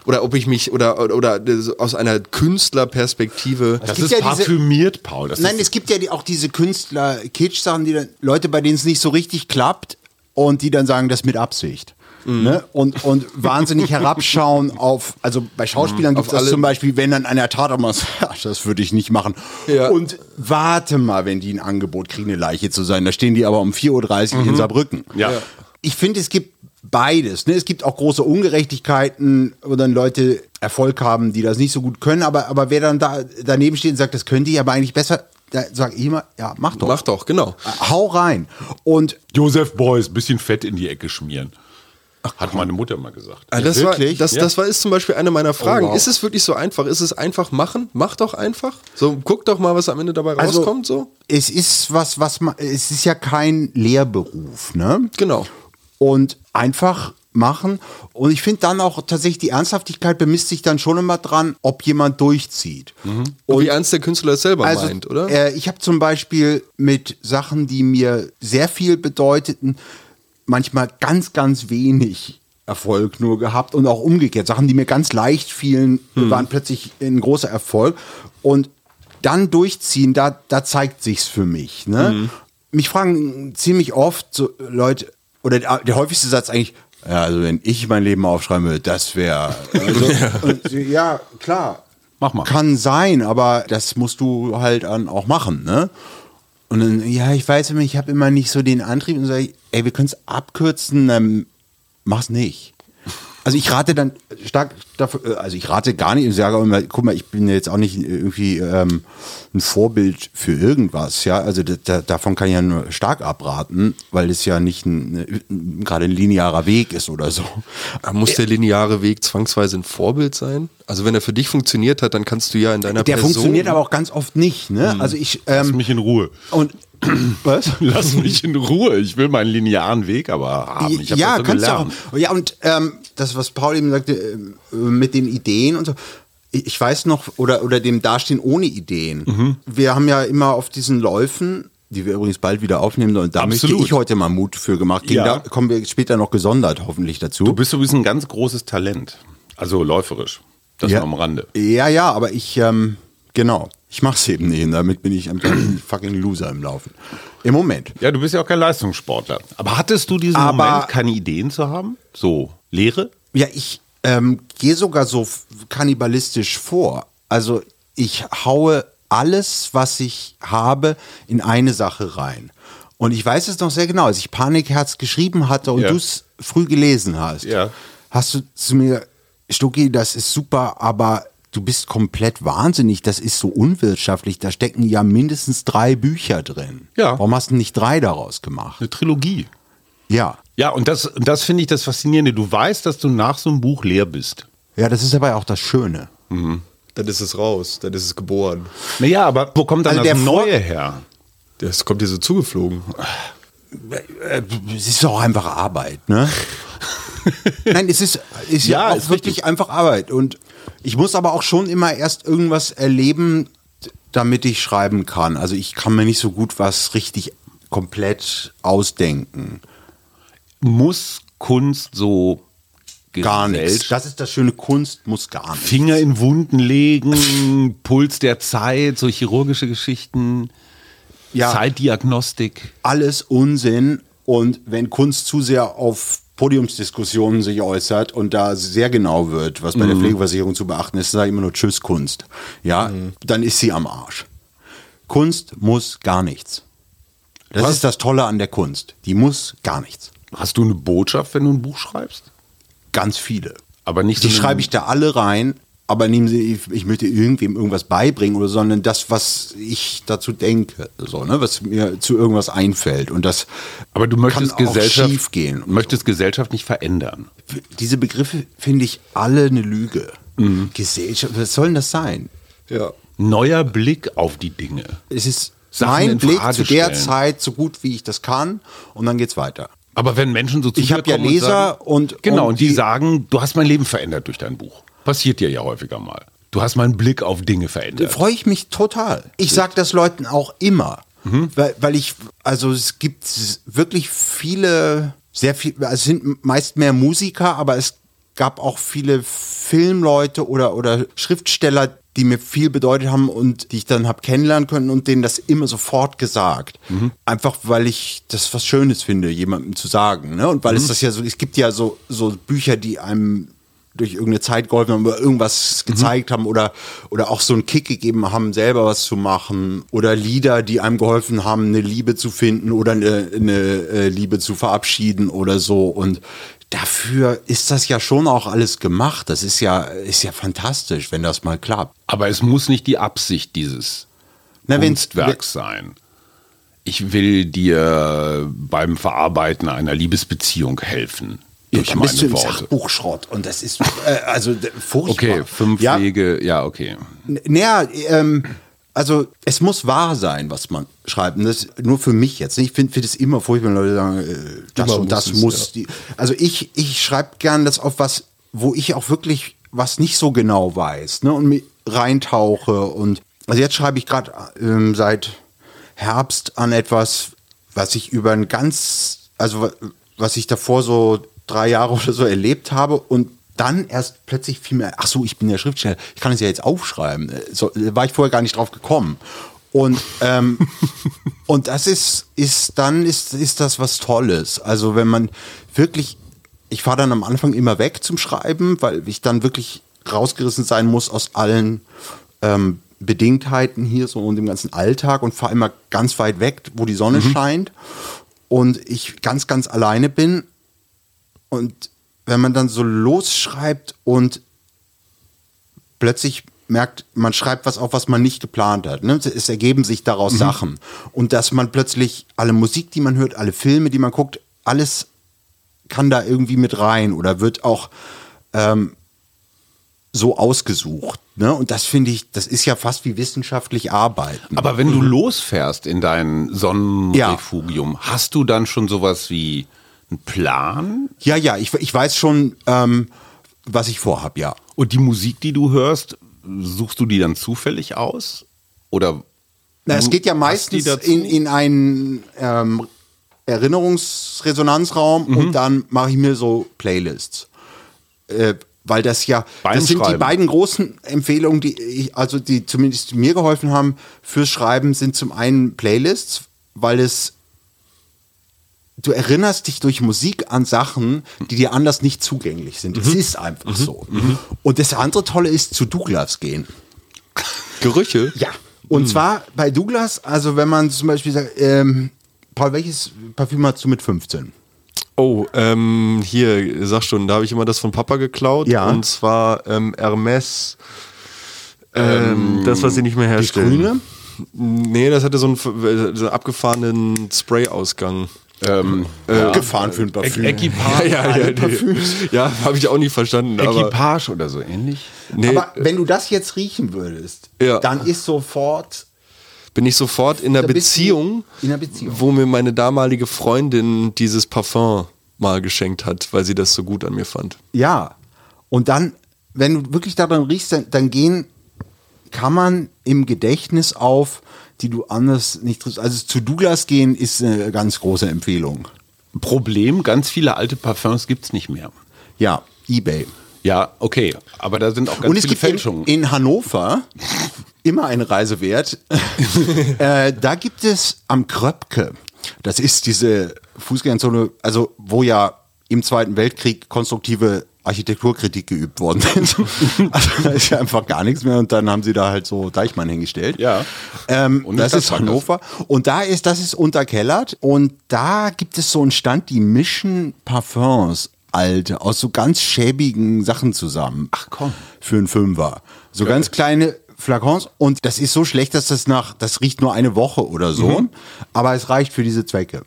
C: Oder ob ich mich, oder, oder, oder das aus einer Künstlerperspektive.
B: das
A: gibt
B: ist
A: ja diese-
B: parfümiert, Paul. Das
A: Nein,
B: ist,
A: es gibt ja die, auch diese Künstler-Kitsch-Sachen, die dann, Leute, bei denen es nicht so richtig klappt und die dann sagen, das mit Absicht.
B: Mhm.
A: Ne? Und, und wahnsinnig herabschauen auf, also bei
B: Mhm.
A: Schauspielern gibt es das
C: alle-
A: zum Beispiel, wenn dann einer Tat mal sagt, das würde ich nicht machen.
C: Ja.
A: Und warte mal, wenn die ein Angebot kriegen, eine Leiche zu sein. Da stehen die aber um 4.30 Uhr in Saarbrücken.
B: Mhm. Ja. Ja.
A: Ich finde, es gibt beides. Ne? Es gibt auch große Ungerechtigkeiten, wo dann Leute Erfolg haben, die das nicht so gut können. Aber, aber wer dann da daneben steht und sagt, das könnte ich aber eigentlich besser, da sage ich immer, ja, mach doch.
C: Mach doch, genau.
A: Hau rein. Und
B: Josef Beuys, bisschen Fett in die Ecke schmieren. Hat meine Mutter mal gesagt.
C: Ah, das
A: wirklich?
C: war, das,
B: Ja.
C: das war ist zum Beispiel eine meiner Fragen.
A: Oh, wow.
C: Ist es wirklich so einfach? Ist es einfach machen? Mach doch einfach. So, guck doch mal, was am Ende dabei
A: also,
C: rauskommt. So.
A: es ist was, was man, es ist ja kein Lehrberuf, ne?
C: Genau.
A: und einfach machen. Und ich finde dann auch tatsächlich die Ernsthaftigkeit bemisst sich dann schon immer dran, ob jemand durchzieht.
C: Und wie ernst der Künstler es selber meint, oder?
A: Äh, ich habe zum Beispiel mit Sachen, die mir sehr viel bedeuteten, manchmal ganz, ganz wenig Erfolg nur gehabt und auch umgekehrt. Sachen, die mir ganz leicht fielen,
B: Hm.
A: waren plötzlich ein großer Erfolg. Und dann durchziehen, da, da zeigt sich's für mich. Ne?
B: Hm.
A: Mich fragen ziemlich oft so Leute, oder der, der häufigste Satz eigentlich, ja, also wenn ich mein Leben aufschreiben würde, das wäre. Also, und, ja, klar.
B: Mach mal.
A: Kann sein, aber das musst du halt an, auch machen, ne? Und dann, ja, ich weiß immer, ich habe immer nicht so den Antrieb und sage, ey, wir können es abkürzen, dann mach's nicht. Also ich rate dann stark dafür, äh, also ich rate gar nicht, ich sage aber immer, guck mal, ich bin ja jetzt auch nicht irgendwie ähm, ein Vorbild für irgendwas, ja. Also da- da, davon kann ich ja nur stark abraten, weil es ja nicht ein, ein, gerade ein linearer Weg ist oder so.
C: Aber Ah, Muss der lineare Weg zwangsweise ein Vorbild sein? Also wenn er für dich funktioniert hat, dann kannst du ja in deiner
A: Der
C: Person...
A: funktioniert aber auch ganz oft nicht, ne? Also ich
B: Lass
A: ähm,
B: mich in Ruhe.
A: und was?
B: Lass mich in Ruhe. Ich will meinen linearen Weg aber haben. Ich hab
A: ja,
B: das so
A: kannst du auch.
B: gelernt.
A: Ja, und ähm, das, was Paul eben sagte, ähm, mit den Ideen und so. Ich ich weiß noch, oder, oder dem Dastehen ohne Ideen.
B: Mhm.
A: Wir haben ja immer auf diesen Läufen, die wir übrigens bald wieder aufnehmen sollen, da
B: Absolut.
A: möchte ich heute mal Mut für gemacht.
B: Ja.
A: Ja. Da kommen wir später noch gesondert hoffentlich dazu.
B: Du bist sowieso ein ganz großes Talent. Also läuferisch. Das
A: ja.
B: nur am Rande.
A: Ja, ja, aber ich, ähm, genau, ich mach's eben nicht. und Damit bin ich ein fucking Loser im Laufen. Im Moment.
B: Ja, du bist ja auch kein Leistungssportler. Aber hattest du diesen
A: Aber-
B: Moment, keine Ideen zu haben? So, Lehre?
A: Ja, ich ähm, gehe sogar so f- kannibalistisch vor. Also ich haue alles, was ich habe, in eine Sache rein. Und ich weiß es noch sehr genau, als ich Panikherz geschrieben hatte und
B: Ja.
A: du es früh gelesen hast,
B: Ja.
A: hast du zu mir, Stucki, das ist super, aber du bist komplett wahnsinnig, das ist so unwirtschaftlich, da stecken ja mindestens drei Bücher drin.
B: Ja.
A: Warum hast du nicht drei daraus gemacht?
B: Eine Trilogie.
A: Ja.
B: Ja, und das, und das finde ich das Faszinierende. Du weißt, dass du nach so einem Buch leer bist.
A: Ja, das ist aber auch das Schöne.
C: Dann ist es raus, dann ist es geboren.
B: Naja, aber wo kommt dann
A: Also
B: das
A: der Vor-
B: Neue her?
C: Das kommt dir so zugeflogen.
A: Äh, Es ist auch einfach Arbeit, ne? Nein, es ist, ist ja,
B: Ja,
A: auch
B: ist
A: wirklich
B: richtig.
A: einfach Arbeit. Und ich muss aber auch schon immer erst irgendwas erleben, damit ich schreiben kann. Also ich kann mir nicht so gut was richtig komplett ausdenken.
B: Muss Kunst so
A: Gar nichts.
B: Gesellschaft-
A: Das ist das schöne Kunst, muss gar nicht.
B: Finger in Wunden legen, Puls der Zeit, so chirurgische Geschichten,
A: Ja.
B: Zeitdiagnostik.
A: alles Unsinn. Und wenn Kunst zu sehr auf Podiumsdiskussionen sich äußert und da sehr genau wird, was bei der Pflegeversicherung zu beachten ist, sage ich immer nur Tschüss Kunst. Ja, dann ist sie am Arsch. Kunst muss gar nichts. Das ist das Tolle an der Kunst. Die muss gar nichts.
B: Hast du eine Botschaft, wenn du ein Buch schreibst?
A: Ganz viele.
B: Aber nicht so
A: Die
B: eine-
A: schreibe Also ich da alle rein, aber nehmen Sie, ich, ich möchte irgendwem irgendwas beibringen oder so, sondern das, was ich dazu denke, so, ne, was mir zu irgendwas einfällt. Und das
B: Aber du möchtest
A: kann auch
B: Gesellschaft
A: schief gehen.
B: Möchtest Gesellschaft nicht verändern.
A: diese Begriffe finde ich alle eine Lüge.
B: Mhm.
A: Gesellschaft, was soll denn das sein?
C: Ja.
B: Neuer Blick auf die Dinge.
A: Es ist
B: Sachen in
A: mein Blick
B: Frage
A: zu der
B: stellen.
A: Zeit so gut wie ich das kann und dann geht's weiter.
B: Aber wenn Menschen so zu
A: Ich
B: dir
A: hab ja
B: kommen
A: Leser
B: und, sagen,
A: und-
B: genau
A: und
B: und die,
A: die-
B: sagen, du hast mein Leben verändert durch dein Buch. Passiert dir ja häufiger mal. Du hast meinen Blick auf Dinge
A: Da
B: verändert.
A: freue ich mich total. Ich sage das Leuten auch immer, weil, weil ich, also es gibt wirklich viele, sehr viel, also es sind meist mehr Musiker, aber es gab auch viele Filmleute oder, oder Schriftsteller, die mir viel bedeutet haben und die ich dann habe kennenlernen können und denen das immer sofort gesagt. Einfach weil ich das was Schönes finde, jemandem zu sagen. Ne? Und weil es das ja so, es gibt ja so, so Bücher, die einem durch irgendeine Zeit geholfen haben oder irgendwas
B: Mhm.
A: gezeigt haben oder, oder auch so einen Kick gegeben haben, selber was zu machen oder Lieder, die einem geholfen haben, eine Liebe zu finden oder eine, eine äh, Liebe zu verabschieden oder so und dafür ist das ja schon auch alles gemacht. Das ist ja, ist ja fantastisch, wenn das mal klappt.
B: Aber es muss nicht die Absicht dieses
A: Na, wenn's-
B: Kunstwerks sein. Ich will dir beim Verarbeiten einer Liebesbeziehung helfen.
A: Ja,
B: durch
A: dann bist du
B: meine
A: im
B: Worte.
A: Sachbuchschrott und das ist äh, also d- furchtbar.
B: Okay, fünf
A: ja,
B: Wege, ja, okay.
A: N- Naja, ähm, also es muss wahr sein, was man schreibt. Und das nur für mich jetzt. Ich finde find es immer furchtbar, wenn Leute sagen, äh, das
C: Immer
A: und das
C: muss es,
A: muss. Die, also ich, ich schreibe gern das auf was, wo ich auch wirklich was nicht so genau weiß ne, und mich reintauche. Und also jetzt schreibe ich gerade ähm, seit Herbst an etwas, was ich über ein ganz, also wa- was ich davor so drei Jahre oder so erlebt habe und dann erst plötzlich viel mehr, ach so, ich bin ja Schriftsteller, ich kann es ja jetzt aufschreiben. Äh, So, äh, war ich vorher gar nicht drauf gekommen. Und, ähm, und das ist, ist dann ist, ist das was Tolles. Also wenn man wirklich, ich fahre dann am Anfang immer weg zum Schreiben, weil ich dann wirklich rausgerissen sein muss aus allen ähm, Bedingtheiten hier so und dem ganzen Alltag und fahre immer ganz weit weg, wo die Sonne scheint und ich ganz, ganz alleine bin und wenn man dann so losschreibt und plötzlich merkt, man schreibt was auf, was man nicht geplant hat. Ne? Es ergeben sich daraus Sachen. Und dass man plötzlich alle Musik, die man hört, alle Filme, die man guckt, alles kann da irgendwie mit rein oder wird auch ähm, so ausgesucht. Ne? Und das finde ich, das ist ja fast wie wissenschaftlich arbeiten.
B: Aber wenn du losfährst in dein Sonnenrefugium, hast du dann schon sowas wie einen Plan?
A: ja, ja, ich, ich weiß schon, ähm, was ich vorhab, ja.
B: Und die Musik, die du hörst, suchst du die dann zufällig aus? Oder
A: Na, es
B: Du
A: geht ja
B: hast
A: meistens
B: die dazu?
A: in, in einen ähm, Erinnerungsresonanzraum
B: Mhm.
A: und dann mache ich mir so Playlists. Äh, weil das ja,
B: Beim
A: das sind die
B: Schreiben.
A: beiden großen Empfehlungen, die ich, also die zumindest mir geholfen haben fürs Schreiben, sind zum einen Playlists, weil es, du erinnerst dich durch Musik an Sachen, die dir anders nicht zugänglich sind.
B: Mhm.
A: Es ist einfach so. Und das andere Tolle ist, zu Douglas gehen.
C: Gerüche?
A: Ja.
C: Hm.
A: Und zwar bei Douglas, also wenn man zum Beispiel sagt, ähm, Paul, welches Parfüm hast du mit 15?
C: Oh, ähm, hier, sag schon, da habe ich immer das von Papa geklaut.
A: Ja.
C: Und zwar ähm, Hermes. Ähm, das, was sie nicht mehr herstellen.
A: grüne?
C: Nee, das hatte so einen, äh, so einen abgefahrenen Spray-Ausgang.
B: ähm,
A: Gefahren für ein Parfüm.
B: E-, Equipage,
C: ja, ja, nee. ja habe ich auch nicht verstanden. Aber,
B: Equipage oder so ähnlich?
C: nee,
A: Aber wenn du das jetzt riechen würdest,
C: Ja.
A: dann ist sofort
C: bin ich sofort in einer
A: Da bist du
C: Beziehung,
A: in einer Beziehung.
C: wo mir meine damalige Freundin dieses Parfum mal geschenkt hat, weil sie das so gut an mir fand.
A: ja. Und dann, wenn du wirklich daran riechst, dann, dann gehen kann man im Gedächtnis auf, die du anders nicht triffst. Also zu Douglas gehen ist eine ganz große Empfehlung.
B: Problem, ganz viele alte Parfums gibt es nicht mehr.
A: Ja, eBay.
B: Ja, okay, aber da sind auch ganz
A: und es
B: viele
A: gibt in,
B: Fälschungen.
A: in Hannover immer eine Reise wert. äh, da gibt es am Kröpke, das ist diese Fußgängerzone, also wo ja im Zweiten Weltkrieg konstruktive Architekturkritik geübt worden ist. also da ist ja einfach gar nichts mehr und dann haben sie da halt so Deichmann hingestellt.
B: Ja.
A: Ähm,
B: Und
A: das
B: eine
A: ist
B: Stadtbank.
A: Hannover. Und da ist, das ist unterkellert. Und da gibt es so einen Stand, die mischen Parfums alte aus so ganz schäbigen Sachen zusammen. Ach
B: komm.
A: Für einen Fünfer. So ganz kleine Flakons. Und das ist so schlecht, dass das nach, das riecht nur eine Woche oder so.
B: Mhm.
A: Aber es reicht für diese Zwecke.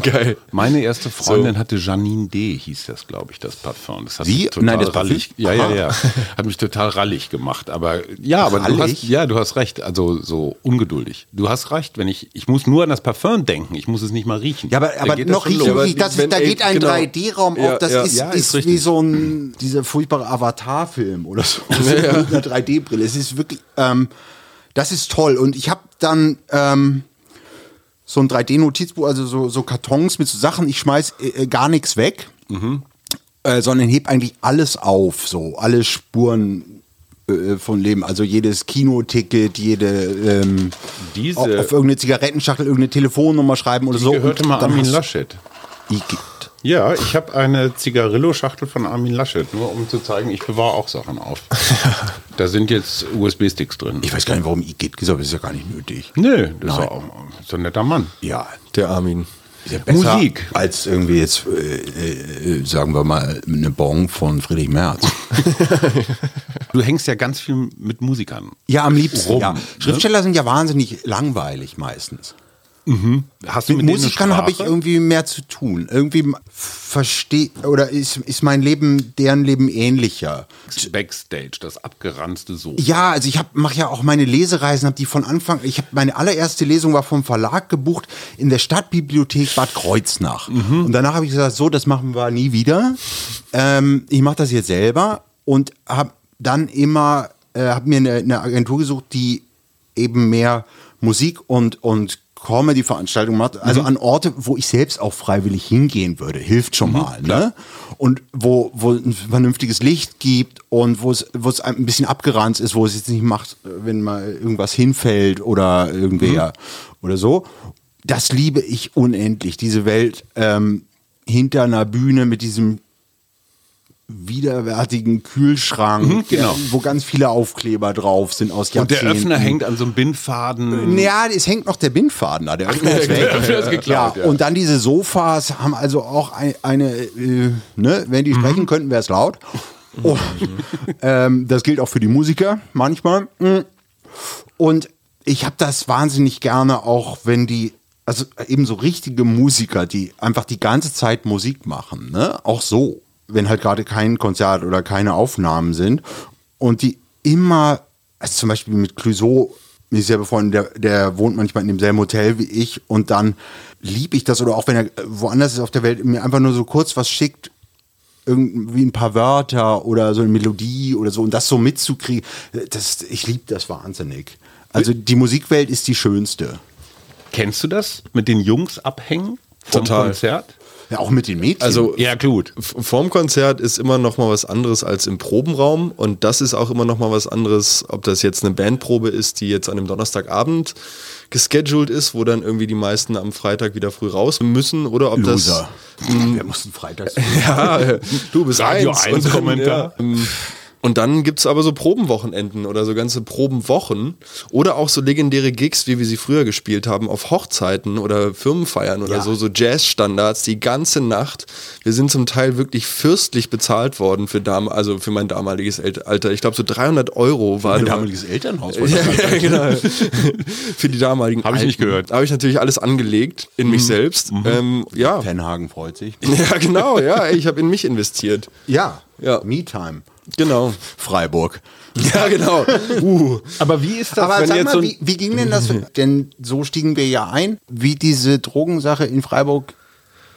C: Geil.
B: Meine erste Freundin hatte Janine D, hieß das, glaube ich, das Parfum. Das hat
A: Sie?
B: mich total
A: Nein, das Parfüm?
B: rallig. Ja, ja,
A: Aha.
B: ja. Hat mich total rallig gemacht. Aber ja, aber du
A: Rallig?
B: hast, ja, du hast recht. Also so ungeduldig. Du hast recht, wenn ich, ich muss nur an das Parfum denken. Ich muss es nicht mal riechen.
A: Ja, aber,
B: Da
A: aber
B: geht das
A: noch
B: schon
A: riecht
B: los.
C: aber
A: wirklich, das
C: wenn-
A: ist, da
C: ey,
A: geht ein
C: genau.
A: 3D-Raum
C: Ja,
A: auf. Das
C: ja.
A: ist,
B: Ja,
A: ist,
B: ist
A: wie
B: richtig.
A: so ein, dieser furchtbare Avatar-Film oder so. mit einer 3D-Brille. Es ist wirklich, ähm, das ist toll. Und ich habe dann ähm, so ein 3D-Notizbuch, also so, so Kartons mit so Sachen. Ich schmeiß äh, äh, gar nichts weg, äh, sondern heb eigentlich alles auf, so alle Spuren äh, von Leben, also jedes Kinoticket, jede ähm,
B: Diese-
A: auf, auf irgendeine Zigarettenschachtel, irgendeine Telefonnummer schreiben oder so.
B: gehörte
A: Und
B: mal
A: dann
B: Armin
A: hast du-
B: Laschet.
A: Igitt.
B: Ja, ich habe eine Zigarillo-Schachtel von Armin Laschet, nur um zu zeigen, ich bewahre auch Sachen auf. da sind jetzt USB-Sticks drin.
A: Ich weiß gar nicht, warum Igitt gesagt wird, ist ja gar nicht nötig.
B: Nö, das ist auch so ein netter Mann.
A: Ja,
C: Der Armin.
A: ist ja besser
B: Musik.
A: als irgendwie jetzt, äh, äh, sagen wir mal, eine Bon von Friedrich Merz.
B: Du hängst ja ganz viel mit Musikern.
A: ja, am liebsten.
B: Rum,
A: ja.
B: ne?
A: Schriftsteller sind ja wahnsinnig langweilig meistens.
B: Hast
A: Mit,
B: denen eine
A: Musikern habe ich
B: Sprache?
A: irgendwie mehr zu tun. Irgendwie verstehe oder ist, ist mein Leben deren Leben ähnlicher.
B: Backstage, das abgeranzte So.
A: Ja, also ich mache ja auch meine Lesereisen, habe die von Anfang, ich habe meine allererste Lesung war vom Verlag gebucht in der Stadtbibliothek Bad Kreuznach. Und danach habe ich gesagt, so, das machen wir nie wieder. Ähm, ich mache das jetzt selber und habe dann immer, äh, habe mir eine, eine Agentur gesucht, die eben mehr Musik und, und Comedy-Veranstaltungen macht, also an Orte, wo ich selbst auch freiwillig hingehen würde, hilft schon mal. Ne? Und wo, wo ein vernünftiges Licht gibt und wo es, wo es ein bisschen abgeranzt ist, wo es jetzt nicht macht, wenn mal irgendwas hinfällt oder irgendwer oder so. Das liebe ich unendlich, diese Welt ähm, hinter einer Bühne mit diesem widerwärtigen Kühlschrank,
B: genau.
A: der, wo ganz viele Aufkleber drauf sind aus
B: Und der
A: Jahrzehnten.
B: Öffner hängt an so einem Bindfaden.
A: Naja, es hängt noch der Bindfaden da. Der Öffner ist weg.
B: Öffner ist geklaut, ja.
A: Und dann diese Sofas haben also auch ein, eine, äh, ne, wenn
B: Mhm.
A: die sprechen könnten, wäre es laut. Oh, ähm, das gilt auch für die Musiker manchmal. Und ich habe das wahnsinnig gerne, auch wenn die, also eben so richtige Musiker, die einfach die ganze Zeit Musik machen, ne? Auch so, wenn halt gerade kein Konzert oder keine Aufnahmen sind und die immer, also zum Beispiel mit Clouseau, mir ist ja befreundet, der, der wohnt manchmal in demselben Hotel wie ich und dann liebe ich das oder auch wenn er woanders ist auf der Welt, mir einfach nur so kurz was schickt, irgendwie ein paar Wörter oder so eine Melodie oder so und das so mitzukriegen, das, ich liebe das wahnsinnig. Also die Musikwelt ist die schönste.
B: Kennst du das? Mit den Jungs abhängen vom
C: Total.
B: Konzert?
A: Ja, auch mit den Mädchen.
C: Also
B: Ja, gut.
C: F- vorm Konzert ist immer noch mal was anderes als im Probenraum und das ist auch immer noch mal was anderes, ob das jetzt eine Bandprobe ist, die jetzt an einem Donnerstagabend gescheduled ist, wo dann irgendwie die meisten am Freitag wieder früh raus müssen oder ob
A: Loser.
C: Mhm.
A: Wir mussten freitags.
C: das ja, äh, du bist
B: Radio
C: eins,
B: eins
C: und dann,
B: Kommentar.
C: Ja, ähm, und dann gibt es aber so Probenwochenenden oder so ganze Probenwochen oder auch so legendäre Gigs, wie wir sie früher gespielt haben, auf Hochzeiten oder Firmenfeiern oder
A: Ja.
C: so, so Jazzstandards die ganze Nacht. Wir sind zum Teil wirklich fürstlich bezahlt worden für, dam also für mein damaliges El- Alter. Ich glaube so 300 Euro war da-
A: Elternhaus.
C: Genau. ja, ja, genau. Für die damaligen.
B: Hab ich nicht
C: Alten.
B: gehört. Mhm.
C: Habe ich natürlich alles angelegt in mich selbst. Ähm, ja.
A: Tenhagen freut sich.
C: ja, genau, ja. Ich habe in mich investiert.
A: Ja,
C: Ja.
A: Me-Time.
C: Genau.
A: Freiburg.
C: Ja, genau. Uh.
B: Aber wie ist das,
A: Aber
B: wenn
A: sag
B: jetzt
A: mal,
B: so ein
A: wie, wie ging denn das? denn so stiegen wir ja ein, wie diese Drogensache in Freiburg.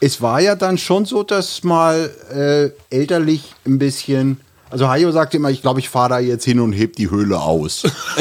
A: Es war ja dann schon so, dass mal äh, elterlich ein bisschen. Also Hajo sagte immer, ich glaube, ich fahre da jetzt hin und heb die Höhle aus.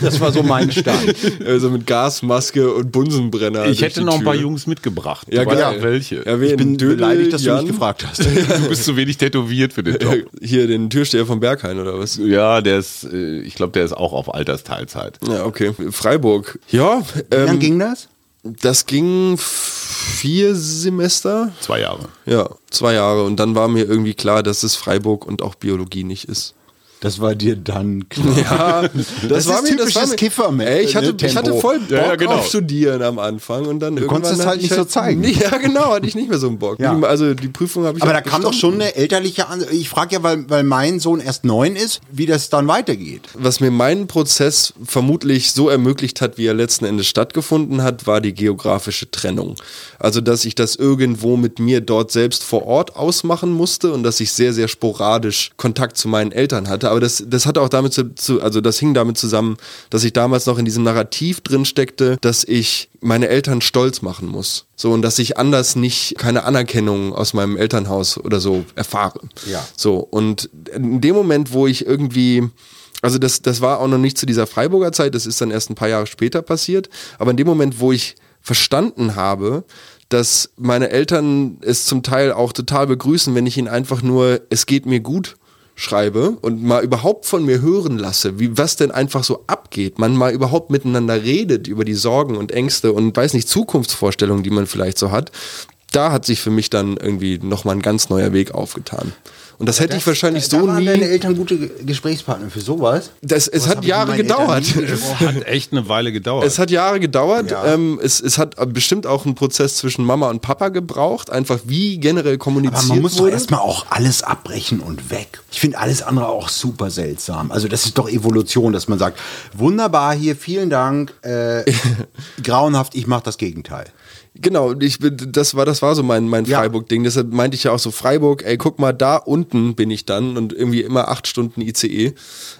A: das war so mein Stand.
C: Also mit Gasmaske und Bunsenbrenner.
B: Ich
C: durch
B: hätte
C: die
B: noch ein paar
C: Tür.
B: Jungs mitgebracht.
C: Ja,
B: Du weißt
C: genau.
B: auch welche.
C: Ja, wen?
A: Ich bin
C: Dödel,
A: beleidigt, dass
C: Jan?
A: du mich gefragt hast.
B: Du bist zu wenig tätowiert für den Job.
C: Hier den Türsteher vom Berghain oder was?
B: Ja, der ist, äh, ich glaube, der ist auch auf Altersteilzeit.
C: Ja, okay. Freiburg. Ja,
A: Wie lange
C: ähm,
A: ging das?
C: das ging vier Semester.
B: Zwei Jahre.
C: Ja, zwei Jahre. Und dann war mir irgendwie klar, dass es Freiburg und auch Biologie nicht ist.
A: Das war dir dann klar.
C: Ja, das,
A: Das ist typisches ne, Kiffer-Tempo.
C: Ey, ich hatte, ich hatte voll Bock
B: Ja, ja, genau.
C: auf Studieren am Anfang und dann irgendwann
A: konntest es
C: hatte
A: halt
C: ich
A: nicht so zeigen.
C: Ja, genau, hatte ich nicht mehr so einen Bock.
A: Ja.
C: Die- Also die Prüfung habe ich
A: Aber da
C: auch
A: kam doch schon eine elterliche An Ich frage ja, weil, weil mein Sohn erst neun ist, wie das dann weitergeht.
C: was mir meinen Prozess vermutlich so ermöglicht hat, wie er letzten Endes stattgefunden hat, war die geografische Trennung. Also, dass ich das irgendwo mit mir dort selbst vor Ort ausmachen musste und dass ich sehr, sehr sporadisch Kontakt zu meinen Eltern hatte. Aber das, das hatte auch damit zu, zu, also das hing damit zusammen, dass ich damals noch in diesem Narrativ drin steckte, dass ich meine Eltern stolz machen muss. So, und dass ich anders nicht keine Anerkennung aus meinem Elternhaus oder so erfahre.
A: Ja.
C: So, und in dem Moment, wo ich irgendwie, also das, das war auch noch nicht zu dieser Freiburger Zeit, das ist dann erst ein paar Jahre später passiert, aber in dem Moment, wo ich verstanden habe, dass meine Eltern es zum Teil auch total begrüßen, wenn ich ihnen einfach nur, es geht mir gut schreibe und mal überhaupt von mir hören lasse, wie was denn einfach so abgeht, man mal überhaupt miteinander redet über die Sorgen und Ängste und weiß nicht Zukunftsvorstellungen, die man vielleicht so hat, da hat sich für mich dann irgendwie nochmal ein ganz neuer Weg aufgetan. Und das hätte ich wahrscheinlich
A: äh, da,
C: so
A: da waren
C: nie.
A: deine Eltern gute Ge- Gesprächspartner für sowas.
C: Das, es
A: Sowas hab
C: hat
A: ich mit
C: Jahre
A: meinen Eltern
C: gedauert.
A: nie gesprochen.
B: Hat echt eine Weile gedauert.
C: Es hat Jahre gedauert.
A: Ja.
C: Ähm, es, es hat bestimmt auch einen Prozess zwischen Mama und Papa gebraucht, einfach wie generell kommuniziert
A: Aber man muss doch
C: wurde.
A: erstmal auch alles abbrechen und weg. Ich finde alles andere auch super seltsam. Also das ist doch Evolution, dass man sagt, wunderbar hier, vielen Dank. Äh, grauenhaft, ich mache das Gegenteil.
C: Genau, ich bin, das war, das war so mein, mein
A: Ja.
C: Freiburg-Ding. Deshalb meinte ich ja auch so Freiburg, ey, guck mal, da unten bin ich dann und irgendwie immer acht Stunden ICE.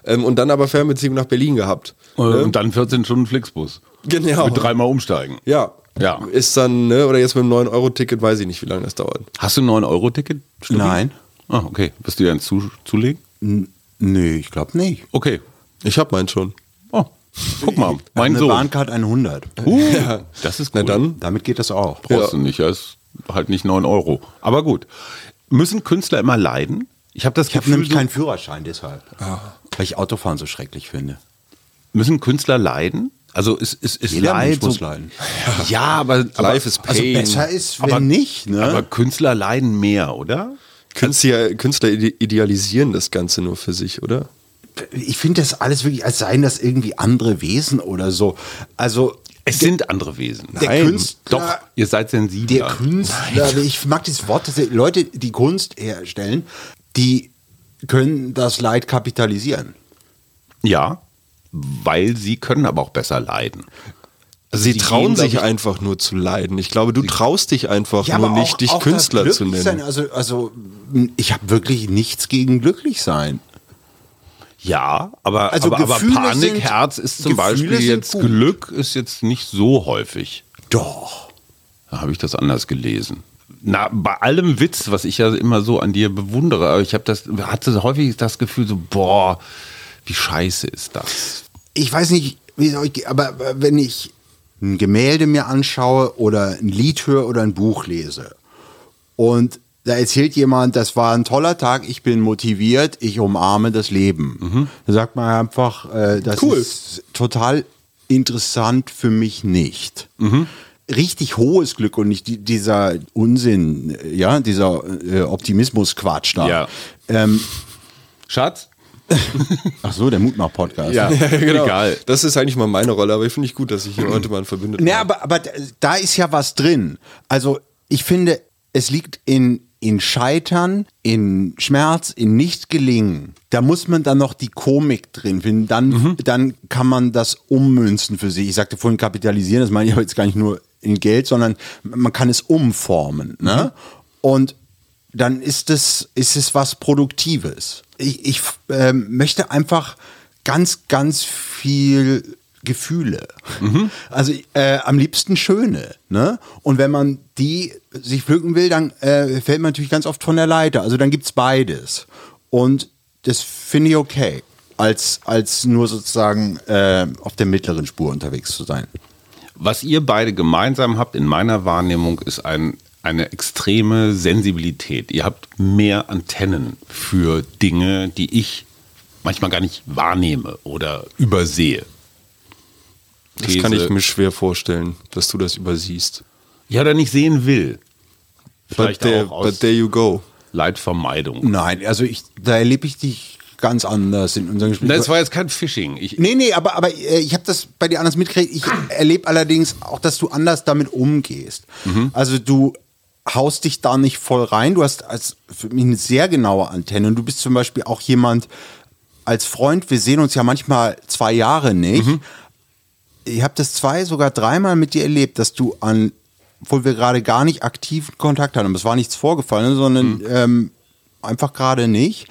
C: Ähm, und dann aber Fernbeziehung nach Berlin gehabt.
B: Und dann 14 Stunden Flixbus.
C: Genau.
B: Mit dreimal umsteigen.
C: Ja.
B: Ja.
C: Ist dann, ne, oder jetzt mit dem 9-Euro-Ticket, weiß ich nicht, wie lange das dauert.
B: Hast du ein 9-Euro-Ticket? Stubbi?
A: Nein.
B: Ah, okay. Bist du dir ein zu zulegen?
A: N nee, ich glaube nicht.
B: Okay.
C: Ich hab meinen schon.
B: Oh, guck mal, mein
A: Eine
B: Sohn.
A: Bahncard 100.
B: Uh, Das ist
C: Na
B: cool.
C: dann.
A: Damit geht das auch.
B: Brauchst du nicht, ja, ist halt nicht 9 Euro. Aber gut. Müssen Künstler immer leiden? Ich habe das
A: Ich habe
B: Gefühl,
A: nämlich
B: so-
A: keinen Führerschein deshalb. Weil ich Autofahren so schrecklich finde.
B: müssen Künstler leiden? Also ist, ist, ist
A: Jeder
B: Leid
A: Mensch muss
B: so-
A: leiden.
B: Ja, aber, aber
C: Life is
A: Also
C: Pain.
A: besser ist, wenn
B: aber-
A: nicht. Ne?
B: Aber Künstler leiden mehr, oder?
C: Künstler, Künstler ide- idealisieren das Ganze nur für sich, oder?
A: Ich finde das alles wirklich, als seien das irgendwie andere Wesen oder so. Also
B: Es sind andere Wesen.
A: Der Künstler-
B: Doch, ihr seid sensibler.
A: der Künstler, ich mag dieses Wort, dass Leute, die Kunst herstellen, die können das Leid kapitalisieren.
B: Ja, weil sie können aber auch besser leiden.
C: Sie
B: die
C: trauen
B: gehen, glaub
C: sich
B: ich-
C: einfach nur zu leiden. Ich glaube, du traust dich einfach nur nicht, dich
A: das
C: Künstler zu nennen.
A: Glücklichsein, Also, also ich habe wirklich nichts gegen glücklich sein.
B: Ja, aber,
A: Also
B: aber, aber
A: Gefühle sind-
B: Panikherz ist zum
A: Gefühle
B: Beispiel
A: sind
B: jetzt
A: gut.
B: Glück ist jetzt nicht so häufig.
A: Doch.
B: Da habe ich das anders gelesen. Na, bei allem Witz, was ich ja immer so an dir bewundere, aber ich habe das hatte häufig das Gefühl so boah, wie scheiße ist das?
A: Ich weiß nicht, wie soll ich, aber äh, wenn ich ein Gemälde mir anschaue oder ein Lied höre oder ein Buch lese und da erzählt jemand, das war ein toller Tag, ich bin motiviert, ich umarme das Leben. Da sagt man einfach, äh, das
C: Cool.
A: ist total interessant für mich nicht. Richtig hohes Glück und nicht die, dieser Unsinn, äh, ja, dieser äh, Optimismus-Quatsch da.
B: Ja.
A: Ähm,
B: Schatz?
A: ach so, der Mutmach-Podcast.
C: Genau.
B: egal.
C: Das ist eigentlich mal meine Rolle, aber ich finde ich gut, dass ich hier heute mal einen Verbündeten
A: Ja,
C: habe.
A: aber, aber da ist ja was drin. Also ich finde, es liegt in, in Scheitern, in Schmerz, in Nicht-Gelingen. Da muss man dann noch die Komik drin finden. Dann, dann kann man das ummünzen für sich. Ich sagte vorhin kapitalisieren, das meine ich aber jetzt gar nicht nur in Geld, sondern man kann es umformen. Ne? Und dann ist es, ist es was Produktives. Ich, ich ähm, möchte einfach ganz, ganz viel Gefühle. Also äh, am liebsten schöne. Ne? Und wenn man die sich pflücken will, dann äh, fällt man natürlich ganz oft von der Leiter. Also dann gibt es beides. Und das finde ich okay, als, als nur sozusagen äh, auf der mittleren Spur unterwegs zu sein.
B: Was ihr beide gemeinsam habt in meiner Wahrnehmung ist ein, eine extreme Sensibilität. Ihr habt mehr Antennen für Dinge, die ich manchmal gar nicht wahrnehme oder übersehe.
C: Das kann ich mir schwer vorstellen, dass du das übersiehst.
B: ja oder nicht sehen will. Vielleicht
C: but, there,
B: auch aus
C: but there you go.
B: Leidvermeidung.
A: Nein, also ich, da erlebe ich dich ganz anders in unserem Gespräch.
B: Das war jetzt kein Phishing. Ich,
A: Nee, nee, aber, aber äh, ich habe das bei dir anders mitgekriegt. Ich erlebe allerdings auch, dass du anders damit umgehst. Also du haust dich da nicht voll rein. Du hast als für mich eine sehr genaue Antenne. Und du bist zum Beispiel auch jemand als Freund. Wir sehen uns ja manchmal zwei Jahre nicht. Ich habe das zwei, sogar dreimal mit dir erlebt, dass du an, obwohl wir gerade gar nicht aktiven Kontakt hatten, aber es war nichts vorgefallen, sondern ähm, einfach gerade nicht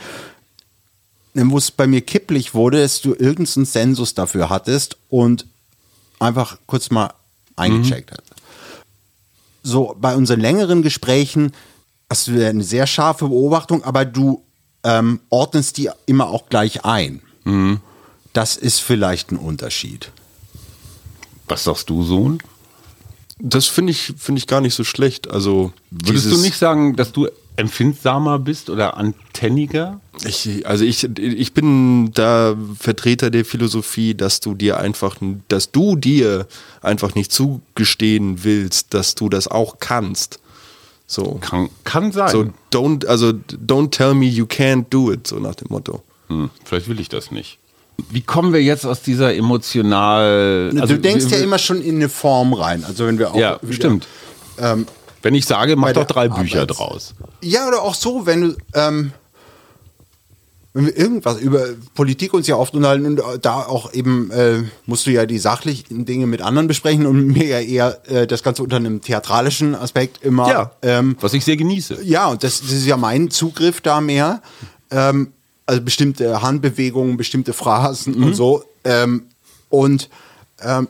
A: wo es bei mir kipplig wurde, dass du irgendeinen Sensus dafür hattest und einfach kurz mal eingecheckt
B: Mhm.
A: hast. So, bei unseren längeren Gesprächen hast du eine sehr scharfe Beobachtung, aber du ähm, ordnest die immer auch gleich ein.
B: Mhm.
A: Das ist vielleicht ein Unterschied.
B: was sagst du, Sohn?
C: Das finde ich, finde ich gar nicht so schlecht. Also,
B: Würdest
C: dieses-
B: du nicht sagen, dass du empfindsamer bist oder antenniger?
C: Ich, also ich, ich bin da Vertreter der Philosophie, dass du dir einfach, dass du dir einfach nicht zugestehen willst, dass du das auch kannst. So.
B: Kann, kann sein.
C: So, don't, also don't tell me you can't do it, so nach dem Motto.
B: Hm, vielleicht will ich das nicht. Wie kommen wir jetzt aus dieser emotional... also
A: du denkst
B: wir-
A: ja immer schon in eine Form rein. Also wenn wir auch
B: Ja,
A: wieder-
B: stimmt.
A: Ähm,
B: Wenn ich sage,
A: Bei
B: mach doch
A: der
B: drei Bücher
A: Arbeits-
B: draus.
A: Ja, oder auch so, wenn du, ähm, wenn wir irgendwas über Politik uns ja oft unterhalten und äh, da auch eben äh, musst du ja die sachlichen Dinge mit anderen besprechen und mir ja eher äh, das Ganze unter einem theatralischen Aspekt immer.
C: Ja.
A: ähm,
B: Was ich sehr genieße.
A: ja und das, das ist ja mein Zugriff da mehr. Ähm, also bestimmte Handbewegungen, bestimmte Phrasen
B: Mhm.
A: und so. Ähm, und ähm,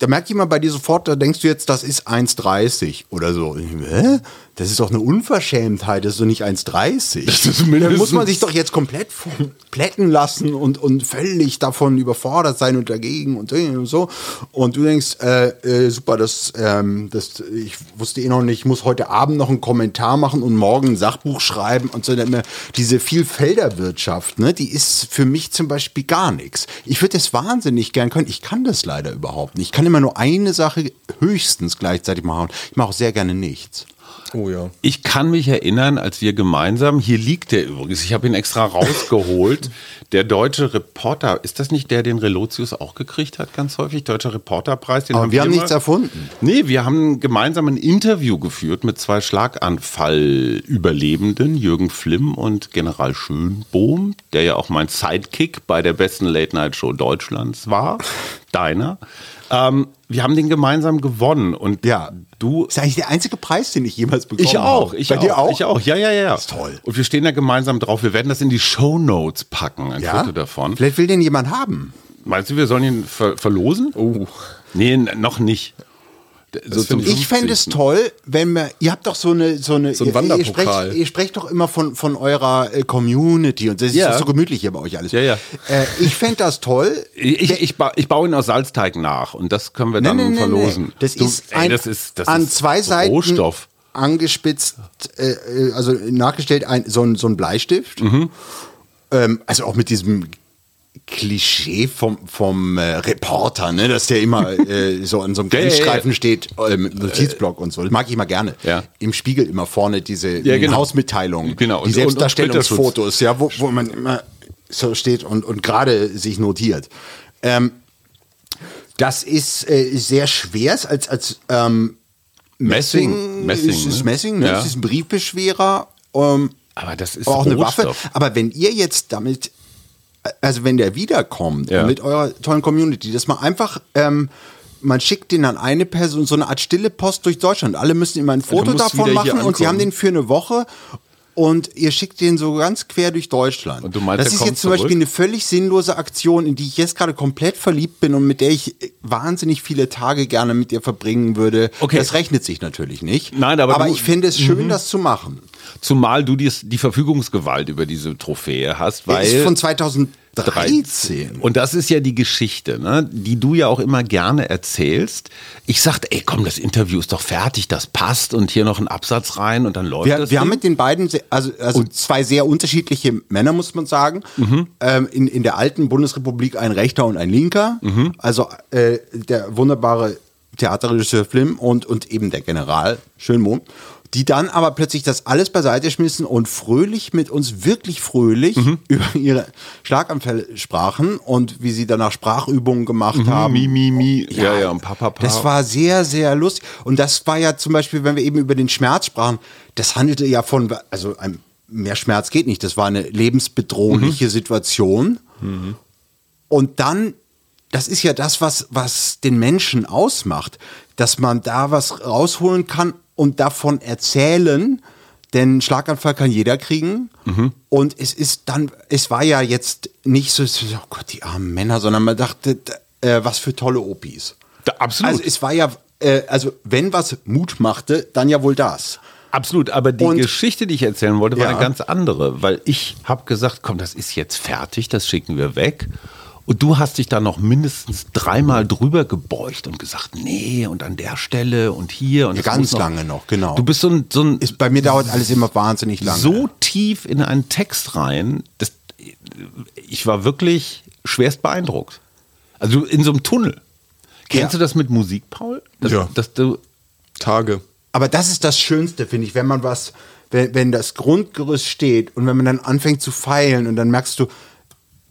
A: da merkt jemand bei dir sofort, da denkst du jetzt, das ist 1,30 oder so. Hä? Das ist doch eine Unverschämtheit, das ist doch nicht 1,30.
B: Das ist
A: Da
B: mindestens-
A: muss man sich doch jetzt komplett vom plätten lassen und, und völlig davon überfordert sein und dagegen und so. Und du denkst, äh, äh, super, das, ähm, das, ich wusste eh noch nicht, ich muss heute Abend noch einen Kommentar machen und morgen ein Sachbuch schreiben und so. Diese Vielfelderwirtschaft, ne, die ist für mich zum Beispiel gar nichts. Ich würde das wahnsinnig gern können. Ich kann das leider überhaupt nicht. Ich kann immer nur eine Sache höchstens gleichzeitig machen. Ich mache auch sehr gerne nichts.
C: Oh ja.
B: Ich kann mich erinnern, als wir gemeinsam, hier liegt der übrigens, ich habe ihn extra rausgeholt, der deutsche Reporter, ist das nicht der, den Relotius auch gekriegt hat, ganz häufig? Deutscher Reporterpreis, den
A: Aber wir haben
B: immer-
A: nichts erfunden.
B: Nee, wir haben gemeinsam ein Interview geführt mit zwei Schlaganfall-Überlebenden, Jürgen Flimm und General Schönbohm, der ja auch mein Sidekick bei der besten Late-Night-Show Deutschlands war, deiner. Ähm, wir haben den gemeinsam gewonnen und
A: Ja.
B: du
A: Das ist eigentlich der einzige Preis, den ich jemals bekommen
B: ich auch,
A: habe.
B: ich
A: Bei
B: auch,
A: dir auch?
B: Ich auch, ja, ja, ja.
A: Ist toll.
B: Und wir stehen da gemeinsam drauf. Wir werden das in die Shownotes packen, ein
A: Ja?
B: Foto davon.
A: Vielleicht will den jemand haben.
B: Meinst du, wir sollen ihn ver verlosen?
C: Oh.
B: Nee, n- noch nicht. D- So ne? zum
A: Ich fände es
B: 50..
A: toll, wenn wir, ihr habt doch so eine, so eine,
C: So
A: ihr-
C: ein
A: ihr,
C: Wanderpokal.
A: sprecht, ihr sprecht doch immer von, von eurer äh, Community und das ist
B: Ja.
A: doch so gemütlich hier bei euch alles.
B: Ja, ja.
A: Äh, ich fände das toll.
B: Ich, ich, ba ich baue ihn aus Salzteig nach und das können wir dann verlosen.
A: Das
B: Du,
A: ist,
B: ey,
A: ein,
B: das ist das
A: an
B: ist
A: zwei Seiten
B: Rohstoff.
A: angespitzt, äh, äh, also nachgestellt, ein, so, ein, so ein Bleistift.
B: Mhm.
A: Ähm, also auch mit diesem Klischee vom, vom äh, Reporter, ne? dass der immer äh, so an so einem
B: Ja, ja, ja.
A: Grenzstreifen steht, äh, mit Notizblock und so. Das mag ich immer gerne.
B: Ja.
A: Im Spiegel immer vorne diese
B: Ja, genau.
A: Hausmitteilungen,
B: Genau.
A: die
B: Und- und- und
A: Selbstdarstellungsfotos, ja, wo, wo man immer so steht und, und gerade sich notiert. Ähm, das ist äh, sehr schwer, ist als, als ähm,
B: Messing. Messing.
A: ist, ist Messing, ne?
B: Ja.
A: Es ist ein Briefbeschwerer. Ähm,
B: Aber das ist
A: aber auch eine Waffe.
B: Rohstoff.
A: Aber wenn ihr jetzt damit, also wenn der wiederkommt
B: Ja.
A: mit eurer tollen Community, dass man einfach, ähm, man schickt den an eine Person, so eine Art stille Post durch Deutschland. Alle müssen immer ein
B: Also
A: Foto
C: muss
A: davon
C: wieder hier
A: machen und sie
C: ankommen.
A: haben den für eine Woche. Und ihr schickt den so ganz quer durch Deutschland.
B: Und du meinst,
A: das
B: er
A: ist
B: kommt
A: jetzt zum Beispiel
B: zurück?
A: eine völlig sinnlose Aktion, in die ich jetzt gerade komplett verliebt bin und mit der ich äh, wahnsinnig viele Tage gerne mit dir verbringen würde.
B: Okay.
A: Das rechnet sich natürlich nicht.
B: Nein, aber
A: aber
B: du- Mhm.
A: ich finde es schön, das zu machen.
B: Zumal du dies, die Verfügungsgewalt über diese Trophäe hast,
A: Der
B: weil.
A: ist von 2013.
B: Und das ist ja die Geschichte, ne? die du ja auch immer gerne erzählst. Ich sagte, ey, komm, das Interview ist doch fertig, das passt und hier noch ein Absatz rein und dann läuft
A: Wir,
B: das.
A: wir haben
B: Ding.
A: mit den beiden, se- also, also zwei sehr unterschiedliche Männer, muss man sagen.
B: Mhm.
A: Ähm, in, in der alten Bundesrepublik ein Rechter und ein Linker.
B: Mhm.
A: Also äh, der wunderbare Theaterregisseur Flim und, und eben der General Schönbohm. Die dann aber plötzlich das alles beiseite schmissen und fröhlich mit uns, wirklich fröhlich,
B: Mhm.
A: über ihre Schlaganfälle sprachen und wie sie danach Sprachübungen gemacht haben.
B: Mhm. Mi, mi, mi. Ja, ja, und Papa, Papa.
A: Das war sehr, sehr lustig. Und das war ja zum Beispiel, wenn wir eben über den Schmerz sprachen, das handelte ja von, also ein, mehr Schmerz geht nicht. Das war eine
B: Mhm.
A: lebensbedrohliche Situation. Und dann, das ist ja das, was, was den Menschen ausmacht, dass man da was rausholen kann und davon erzählen. Denn Schlaganfall kann jeder kriegen.
B: Mhm.
A: Und es ist dann, es war ja jetzt nicht so, so, oh Gott, die armen Männer, sondern man dachte, d- äh, was für tolle Opis.
B: Da- absolut.
A: Also es war ja, äh, also wenn was Mut machte, dann ja wohl das.
B: Absolut, aber die
A: Und-
B: Geschichte, die ich erzählen wollte, war
A: Ja.
B: eine ganz andere, weil ich habe gesagt, komm, das ist jetzt fertig, das schicken wir weg. Und du hast dich da noch mindestens dreimal drüber gebeugt und gesagt, nee, und an der Stelle und hier und
A: Ja,
B: das
A: ganz
B: muss
A: lange noch, genau.
B: Du bist so ein, so ein
A: Ist, bei mir dauert alles immer wahnsinnig lange.
B: so tief in einen Text rein, das, ich war wirklich schwerst beeindruckt. Also in so einem Tunnel. Kennst
A: Ja.
B: du das mit Musik, Paul? Dass,
C: Ja.
B: Dass du,
C: Tage.
A: Aber das ist das Schönste, finde ich, wenn man was, wenn, wenn das Grundgerüst steht und wenn man dann anfängt zu feilen und dann merkst du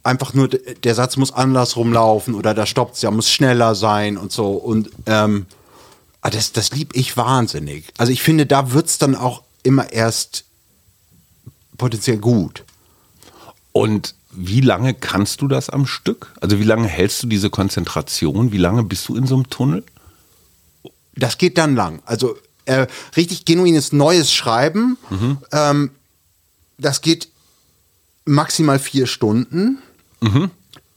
A: einfach nur, d- der Satz muss andersrum laufen oder da stoppt's, ja, muss schneller sein und so. Und ähm, ah, das, das lieb ich wahnsinnig. Also ich finde, da wird's dann auch immer erst potenziell gut.
B: und wie lange kannst du das am Stück? Also wie lange hältst du diese Konzentration? Wie lange bist du in so einem Tunnel?
A: das geht dann lang. Also äh, richtig genuines neues Schreiben, ähm, das geht maximal vier Stunden.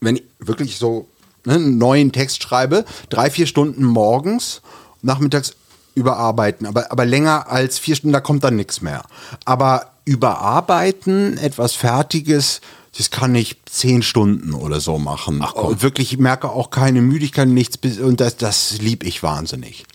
A: Wenn ich wirklich so ne, einen neuen Text schreibe, drei, vier Stunden morgens, nachmittags überarbeiten, aber, aber länger als vier Stunden, da kommt dann nichts mehr. Aber überarbeiten, etwas Fertiges, das kann ich zehn Stunden oder so machen. Ach Und wirklich merke auch keine Müdigkeit, nichts. bis- Und das, das lieb ich wahnsinnig.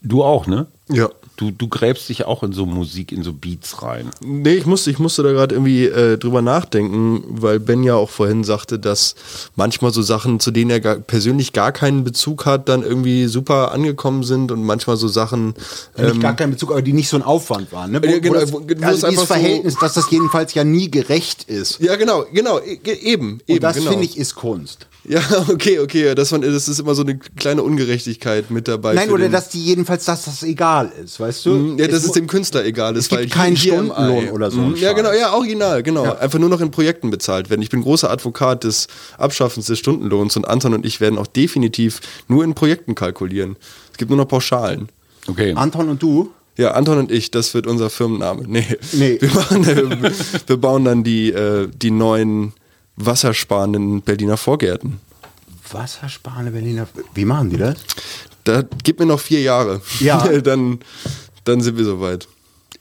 B: Du auch, ne?
C: Ja.
B: Du, du gräbst dich auch in so Musik, in so Beats rein.
C: Nee, ich musste, ich musste da gerade irgendwie äh, drüber nachdenken, weil Ben ja auch vorhin sagte, dass manchmal so Sachen, zu denen er gar, persönlich gar keinen Bezug hat, dann irgendwie super angekommen sind und manchmal so Sachen.
A: Nicht gar keinen Bezug, aber die nicht so ein Aufwand waren. Ne?
C: Ja, Ähm, genau,
A: das,
C: wo- wo es
A: also
C: einfach
A: dieses
C: so-
A: Verhältnis, dass das jedenfalls ja nie gerecht ist.
C: Ja, genau, genau, e- ge- eben, eben.
A: Und das
C: genau.
A: finde ich ist Kunst.
C: Ja, okay, okay, ja, das, man, das ist immer so eine kleine Ungerechtigkeit mit dabei.
A: Nein,
C: für
A: oder
C: den- Hm,
A: dass die jedenfalls, dass das egal ist, weißt du?
C: Mhm, Ja,
A: Es
C: dass es
A: mu-
C: dem Künstler egal ist.
A: Es gibt
C: weil
A: keinen
C: hier im
A: Stundenlohn
C: Ei-
A: oder so
C: Mhm.
A: einen
C: Ja,
A: Scheiß.
C: genau, ja, original, genau. Einfach nur noch in Projekten bezahlt werden. Ich bin großer Advokat des Abschaffens des Stundenlohns und Anton und ich werden auch definitiv nur in Projekten kalkulieren. Es gibt nur noch Pauschalen.
B: Okay.
A: Anton und du?
C: Ja, Anton und ich, das wird unser Firmenname. Nee.
A: Nee.
C: Wir, machen, äh, wir bauen dann die, äh, die neuen wassersparenden Berliner Vorgärten.
A: Wasserspane Berliner. Wie machen die das?
C: Da gib mir noch vier Jahre.
A: Ja.
C: dann, dann sind wir soweit.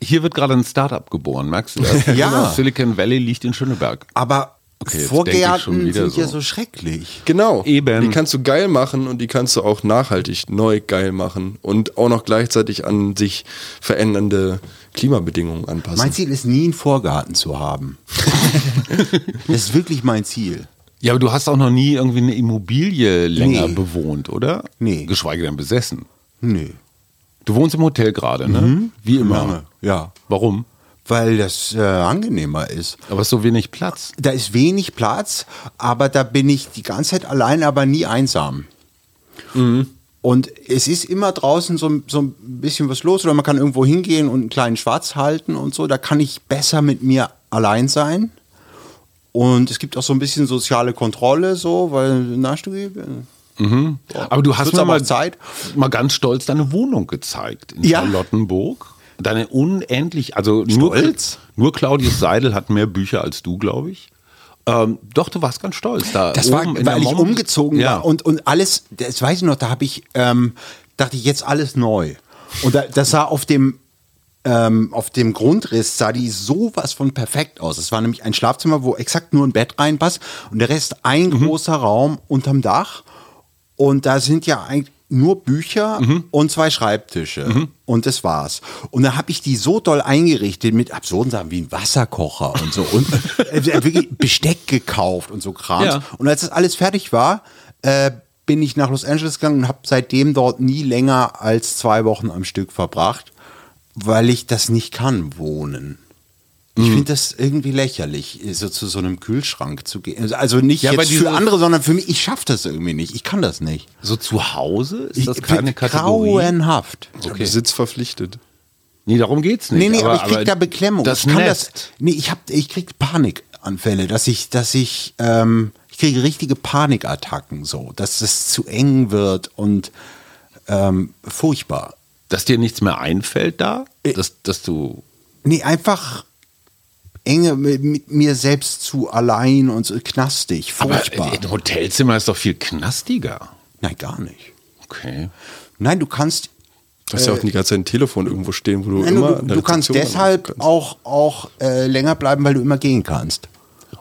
B: Hier wird gerade ein Startup geboren, merkst du das?
A: Ja.
B: Genau. Silicon Valley liegt in Schöneberg.
A: Aber
B: Okay, jetzt denk ich schon
A: Vorgärten
B: wieder
A: sind ja
B: so.
A: so schrecklich.
C: Genau.
B: Eben.
C: Die kannst du geil machen und die kannst du auch nachhaltig neu geil machen und auch noch gleichzeitig an sich verändernde Klimabedingungen anpassen.
A: Mein Ziel ist nie einen Vorgarten zu haben. das ist wirklich mein Ziel.
B: Ja, aber du hast auch noch nie irgendwie eine Immobilie länger
A: Nee.
B: bewohnt, oder?
A: Nee.
B: Geschweige denn besessen.
A: Nee.
B: Du wohnst im Hotel gerade, ne? Wie immer.
A: Mhm. Lange, ja.
B: Warum?
A: Weil das äh, angenehmer ist.
B: Aber es ist so wenig Platz.
A: Da ist wenig Platz, aber da bin ich die ganze Zeit allein, aber nie einsam.
B: Mhm.
A: Und es ist immer draußen so, so ein bisschen was los oder man kann irgendwo hingehen und einen kleinen Schwarz halten und so. Da kann ich besser mit mir allein sein. Und es gibt auch so ein bisschen soziale Kontrolle, so, weil, na, du,
B: Aber du hast
A: Wird's
B: mir
A: aber
B: mal,
A: auch Zeit.
B: mal ganz stolz deine Wohnung gezeigt in
A: Ja.
B: Charlottenburg. Deine unendlich, also nur,
A: Stolz?
B: nur Claudius Seidel hat mehr Bücher als du, glaube ich. Ähm, doch, du warst ganz stolz. Da
A: Das
B: oben
A: war,
B: in der
A: weil ich
B: Mom-
A: umgezogen
B: ja.
A: war und, und alles, das weiß ich noch, da habe ich, ähm, dachte ich, jetzt alles neu. Und da, das sah auf dem, ähm, auf dem Grundriss sah die sowas von perfekt aus. Es war nämlich ein Schlafzimmer, wo exakt nur ein Bett reinpasst und der Rest ein
B: Mhm.
A: großer Raum unterm Dach. Und da sind ja eigentlich nur Bücher
B: Mhm.
A: und zwei Schreibtische. Und das war's. Und da habe ich die so doll eingerichtet mit absurden Sachen wie ein Wasserkocher und so. Und äh, wirklich Besteck gekauft und so Krams.
B: Ja.
A: Und als das alles fertig war, äh, bin ich nach Los Angeles gegangen und habe seitdem dort nie länger als zwei Wochen am Stück verbracht, weil ich das nicht kann, wohnen. Ich
B: Mhm.
A: finde das irgendwie lächerlich, so zu so einem Kühlschrank zu gehen. Also nicht
B: Ja, aber
A: jetzt für
B: diese-
A: andere, sondern für mich, ich schaffe das irgendwie nicht. Ich kann das nicht.
B: So zu Hause?
A: Ich
B: Ist das
A: bin
B: keine Kategorie?
A: Grauenhaft.
C: okay. Besitz verpflichtet.
B: Nee, darum geht's nicht.
A: Nee, nee, aber, ich krieg da Beklemmung.
B: Das
A: ich kann das.
B: Nest.
A: Nee, ich hab, ich krieg Panikanfälle, dass ich, dass ich, ähm, ich kriege richtige Panikattacken so, dass es zu eng wird und ähm, furchtbar.
B: dass dir nichts mehr einfällt da?
A: Äh.
B: Dass, dass du.
A: Nee, einfach enge mit, mit mir selbst zu allein und so knastig, furchtbar.
B: Aber äh, ein Hotelzimmer ist doch viel knastiger.
A: Nein, gar nicht.
B: Okay.
A: Nein, du kannst
C: Du hast ja auch die ganze Zeit ein Telefon irgendwo stehen, wo du
A: Nein,
C: immer.
A: Äh, du,
C: an
A: du,
C: der
A: du kannst
C: Rezeption
A: deshalb
C: anrufen kannst.
A: auch, auch äh, länger bleiben, weil du immer gehen kannst.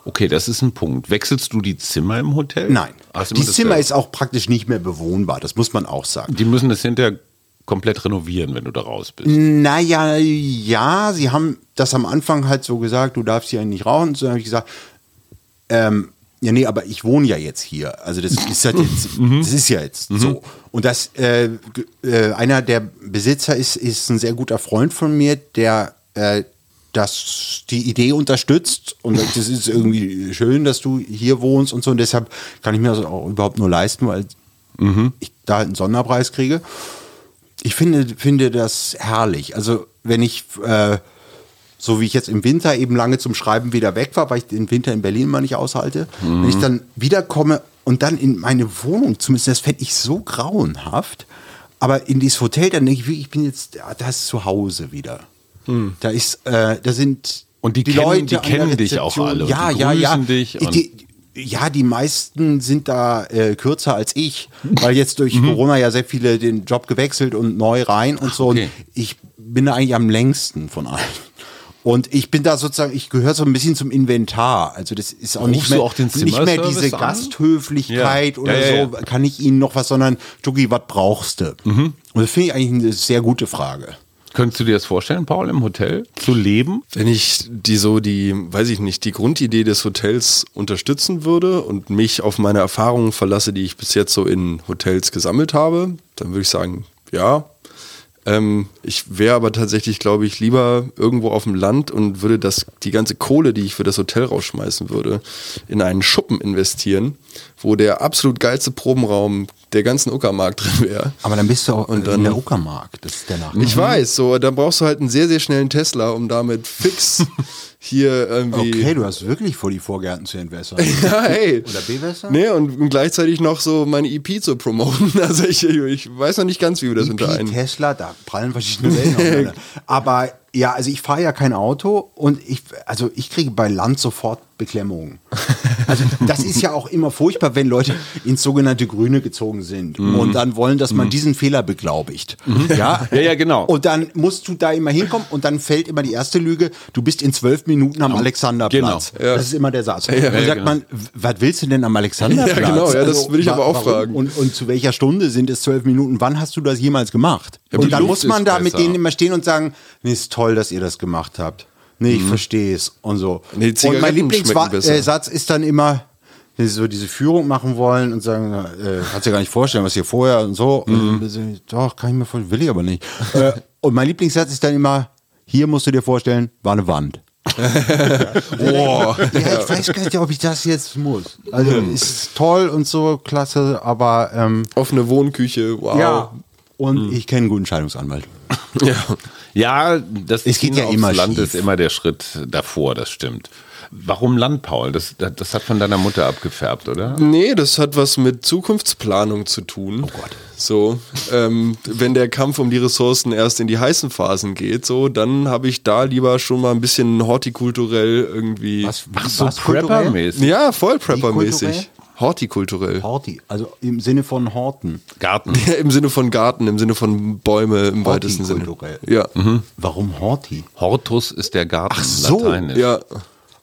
B: Okay, das ist ein Punkt. Wechselst du die Zimmer im Hotel?
A: Nein.
B: Hast du immer
A: die
B: das
A: Zimmer
B: selber?
A: ist auch praktisch nicht mehr bewohnbar, das muss man auch sagen.
B: Die müssen das hinterher komplett renovieren, wenn du da raus bist.
A: Naja, ja, sie haben das am Anfang halt so gesagt, du darfst hier nicht rauchen. So habe ich gesagt, ähm, ja, nee, aber ich wohne ja jetzt hier. Also das ist halt jetzt,
B: Mhm.
A: das ist ja jetzt so. Und das, äh, g- äh, einer der Besitzer ist, ist ein sehr guter Freund von mir, der äh, das, die Idee unterstützt und sagt, das ist irgendwie schön, dass du hier wohnst und so. Und deshalb kann ich mir das auch überhaupt nur leisten, weil ich da halt einen Sonderpreis kriege. Ich finde, finde das herrlich. Also wenn ich äh, so wie ich jetzt im Winter eben lange zum Schreiben wieder weg war, weil ich den Winter in Berlin mal nicht aushalte,
B: Mhm.
A: wenn ich dann wiederkomme und dann in meine Wohnung, zumindest das fände ich so grauenhaft, aber in dieses Hotel, dann denke ich, wirklich, ich bin jetzt, ja, da ist zu Hause wieder. Da ist, äh, da sind
B: Hm. Und die kennen- die
A: an der
B: kennen dich
A: Rezeption.
B: auch alle und
A: Ja,
B: die
A: ja, ja.
B: grüßen dich und-
A: die, ja, die meisten sind da äh, kürzer als ich, weil jetzt durch
B: Mhm.
A: Corona ja sehr viele den Job gewechselt und neu rein und so.
B: okay.
A: Und ich bin da eigentlich am längsten von allen. Und ich bin da sozusagen, ich gehöre so ein bisschen zum Inventar. Also das ist auch
B: Rufst
A: nicht mehr,
B: du auch den
A: nicht mehr
B: Zimmerservice
A: diese
B: an?
A: Gasthöflichkeit
B: Ja.
A: oder
B: Ja, Mhm. ja,
A: so, kann ich Ihnen noch was, sondern Juggi, was brauchst du? Und das finde ich eigentlich eine sehr gute Frage.
B: Könntest du dir das vorstellen, Paul, im Hotel zu leben?
C: Wenn ich die so die, weiß ich nicht, die Grundidee des Hotels unterstützen würde und mich auf meine Erfahrungen verlasse, die ich bis jetzt so in Hotels gesammelt habe, dann würde ich sagen, ja. Ähm, ich wäre aber tatsächlich, glaube ich, lieber irgendwo auf dem Land und würde das, die ganze Kohle, die ich für das Hotel rausschmeißen würde, in einen Schuppen investieren, wo der absolut geilste Probenraum der ganzen Uckermark drin wäre.
A: Aber dann ne? bist du auch
C: dann-
A: in der Uckermark. Das ist der Nachteil.
C: Ich weiß, so, dann brauchst du halt einen sehr, sehr schnellen Tesla, um damit fix hier irgendwie.
A: Okay, du hast wirklich vor, die Vorgärten zu entwässern.
C: Ja, hey.
A: Oder B-Wässer?
C: Nee, und gleichzeitig noch so meine EP zu promoten. Also ich, ich weiß noch nicht ganz, wie wir das unter
A: Pi,
C: einen.
A: Tesla, da prallen verschiedene Welten aufeinander. Aber ja, also ich fahre ja kein Auto und ich, also ich kriege bei Land sofort Beklemmungen. Also das ist ja auch immer furchtbar, wenn Leute ins sogenannte Grüne gezogen sind und dann wollen, dass man diesen Fehler beglaubigt. Ja?
B: Ja, ja, genau.
A: Und dann musst du da immer hinkommen und dann fällt immer die erste Lüge, du bist in zwölf Minuten am Alexanderplatz.
B: Genau.
A: Das ist immer der Satz. und dann
B: ja,
A: sagt
B: genau.
A: man, w- was willst du denn am Alexanderplatz?
C: Ja, genau, ja, das will ich
A: wa-
C: aber auch
A: warum?
C: fragen.
A: Und, und zu welcher Stunde sind es zwölf Minuten? Wann hast du das jemals gemacht?
B: Ja, die
A: und dann
B: Luft
A: muss man
B: ist
A: da mit
B: besser.
A: denen immer stehen und sagen, nee, ist toll, dass ihr das gemacht habt. Nee, ich versteh's. Und so.
C: Nee, die
A: und mein
C: Zigaretten schmecken besser.
A: Lieblingssatz ist dann immer, wenn sie so diese Führung machen wollen und sagen, äh, kannst dir gar nicht vorstellen, was hier vorher und so. Und dann so, Doch, kann ich mir vorstellen, will ich aber nicht. äh, und mein Lieblingssatz ist dann immer, hier musst du dir vorstellen, war eine Wand. Oh.
C: Boah.
A: Ja, ich weiß gar nicht, ob ich das jetzt muss. Also ist toll und so, klasse, aber ähm,
C: Offene Wohnküche, wow.
A: ja. Äh, Und
B: Mhm.
A: ich kenne einen guten Scheidungsanwalt.
C: Ja.
B: Ja, das
A: Es geht
B: Ziehen
A: ja immer
B: Land
A: schief.
B: ist immer der Schritt davor, das stimmt. Warum Land, Paul? Das, das, das hat von deiner Mutter abgefärbt, oder?
A: Hm.
C: Nee, das hat was mit Zukunftsplanung zu tun. Oh Gott. So, ähm, wenn der Kampf um die Ressourcen erst in die heißen Phasen geht, so, dann habe ich da lieber schon mal ein bisschen hortikulturell irgendwie.
B: Ach so,
A: kulturell?
B: Prepper-mäßig.
C: Ja, voll
A: Wie
C: Prepper-mäßig. Hortikulturell.
A: Horti, also im Sinne von Horten.
B: Garten.
C: Ja, Im Sinne von Garten, im Sinne von Bäume im weitesten Sinne.
A: Hortikulturell.
C: Ja.
B: Mhm.
A: Warum Horti?
B: Hortus ist der Garten. Ach
A: so,
B: Lateinisch.
C: Ja.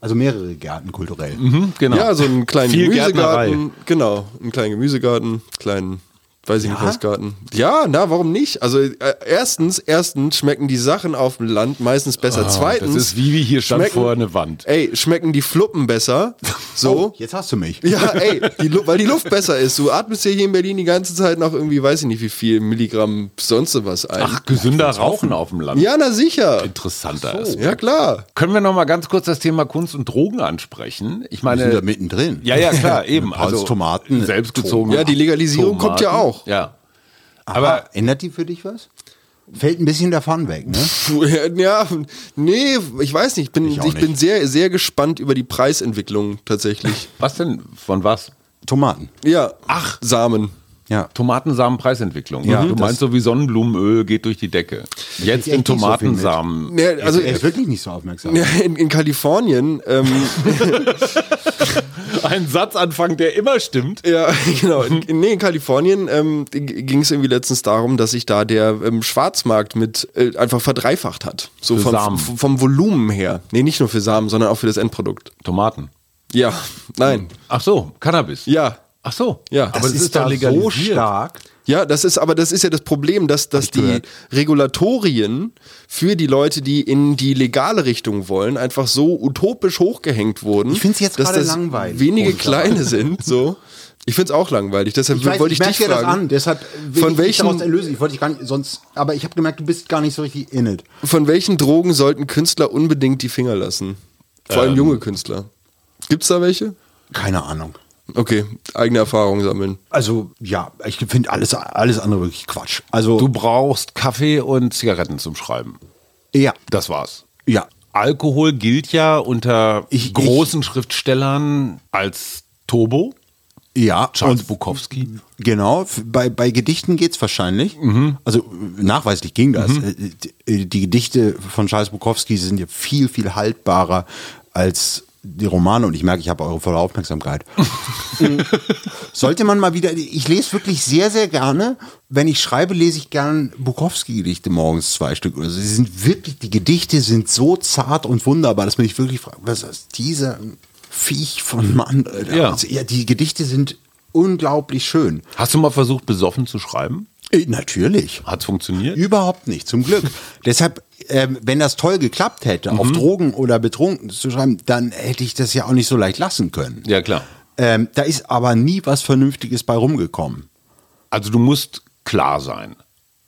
A: Also mehrere Gärten kulturell.
B: genau.
C: ja, so einen kleinen
B: Viel Gärtnerei.
C: Gemüsegarten. Genau, einen kleinen Gemüsegarten, kleinen, weiß ich nicht was, Garten. Ja, na, warum nicht? Also äh, erstens, erstens schmecken die Sachen auf dem Land meistens besser. Zweitens,
B: Ah, das ist wie- wie hier stand vor eine Wand.
C: Ey, schmecken die Fluppen besser. So.
A: Oh, Jetzt hast du mich.
C: Ja, ey, die, Lu- weil die Luft besser ist. Du atmest ja hier in Berlin die ganze Zeit noch irgendwie, weiß ich nicht, wie viel Milligramm sonst was ein.
B: Ach, gesünder Rauchen auf dem Land.
C: ja, na sicher.
B: Interessanter ist.
C: Ja, klar.
B: Können wir noch mal ganz kurz das Thema Kunst und Drogen ansprechen? Ich
A: Wir sind da
B: meine,
A: mittendrin.
B: ja, ja, klar, eben. Also
A: Pauls Tomaten.
B: selbstgezogene.
C: Ja, die Legalisierung kommt ja auch.
B: Ja.
A: Aber
B: Aber
A: ändert die für dich was? Fällt ein bisschen davon weg, ne?
C: Puh, Ja, nee, ich weiß nicht. Ich bin, ich
A: auch
C: bin
A: nicht.
C: sehr, sehr gespannt über die Preisentwicklung tatsächlich.
B: was denn? Von was?
A: Tomaten.
C: Ja. Ach. Samen.
A: Ja.
B: Tomatensamen-Preisentwicklung.
A: Ja,
B: du
A: das-
B: meinst so wie Sonnenblumenöl geht durch die Decke.
A: echt
B: Jetzt
A: nicht so
B: in
A: viel mit.
B: Tomatensamen.
C: Nee, also
A: er ist wirklich nicht so aufmerksam.
C: in, in Kalifornien, ähm,
B: Ein Satzanfang, der immer stimmt.
C: ja, genau. In, in- nee, in Kalifornien ähm, ging es irgendwie letztens darum, dass sich da der ähm, Schwarzmarkt mit äh, einfach verdreifacht hat. So
B: Für
C: vom,
B: Samen.
C: v- vom Volumen her. Nee, nicht nur für Samen, sondern auch für das Endprodukt.
B: Tomaten.
C: Ja, nein.
B: Ach so, Cannabis.
C: Ja.
B: Ach so.
C: Ja.
B: aber
C: Das
B: das ist, doch
A: so
B: legalisiert.
A: stark.
C: Ja, das ist aber das ist ja das Problem, dass, dass die
A: gehört.
C: Regulatorien für die Leute, die in die legale Richtung wollen, einfach so utopisch hochgehängt wurden.
A: Ich find's jetzt
C: dass
A: gerade
C: das
A: langweilig.
C: Wenige
A: Und-
C: kleine sind so. Ich find's auch langweilig, deshalb
A: Ich weiß,
C: wollte
A: ich
C: ich,
A: merke
C: dich
A: dir
C: fragen.
A: das an, deshalb will
C: von
A: ich mich daraus
C: welchen
A: erlösen. Ich wollte dich gar nicht, sonst, aber ich habe gemerkt, du bist gar nicht so richtig in it.
C: von welchen Drogen sollten Künstler unbedingt die Finger lassen? Vor
A: Ähm.
C: allem junge Künstler. Gibt's da welche?
A: Keine Ahnung.
C: Okay, eigene Erfahrungen sammeln.
A: Also, ja, ich finde alles, alles andere wirklich Quatsch. Also,
B: Du brauchst Kaffee und Zigaretten zum Schreiben.
A: ja,
B: Das war's.
A: ja,
B: Alkohol gilt ja unter
A: Ich-
B: großen Schriftstellern als Turbo.
A: ja.
B: Charles
A: und-
B: Bukowski.
A: Genau, f- bei, bei Gedichten geht's wahrscheinlich.
B: Mhm.
A: Also äh, nachweislich ging das. Äh, Die, äh, die Gedichte von Charles Bukowski sind ja viel, viel haltbarer als die Romane und ich merke, ich habe eure volle Aufmerksamkeit.
B: Hm.
A: Sollte man mal wieder, ich lese wirklich sehr, sehr gerne. Wenn ich schreibe, lese ich gerne Bukowski-Gedichte morgens zwei Stück oder so. Sie sind wirklich, die Gedichte sind so zart und wunderbar, dass man sich wirklich fragt, was ist dieser Viech von Mann? Alter?
B: Ja.
A: Also, ja, die Gedichte sind unglaublich schön.
B: Hast du mal versucht, besoffen zu schreiben?
A: Äh, Natürlich.
B: Hat's funktioniert?
A: Überhaupt nicht, zum Glück. Deshalb, ähm, wenn das toll geklappt hätte, auf
B: Mhm.
A: Drogen oder betrunken zu schreiben, dann hätte ich das ja auch nicht so leicht lassen können.
B: Ja, klar.
A: Ähm, da ist aber nie was Vernünftiges bei rumgekommen.
B: Also du musst klar sein.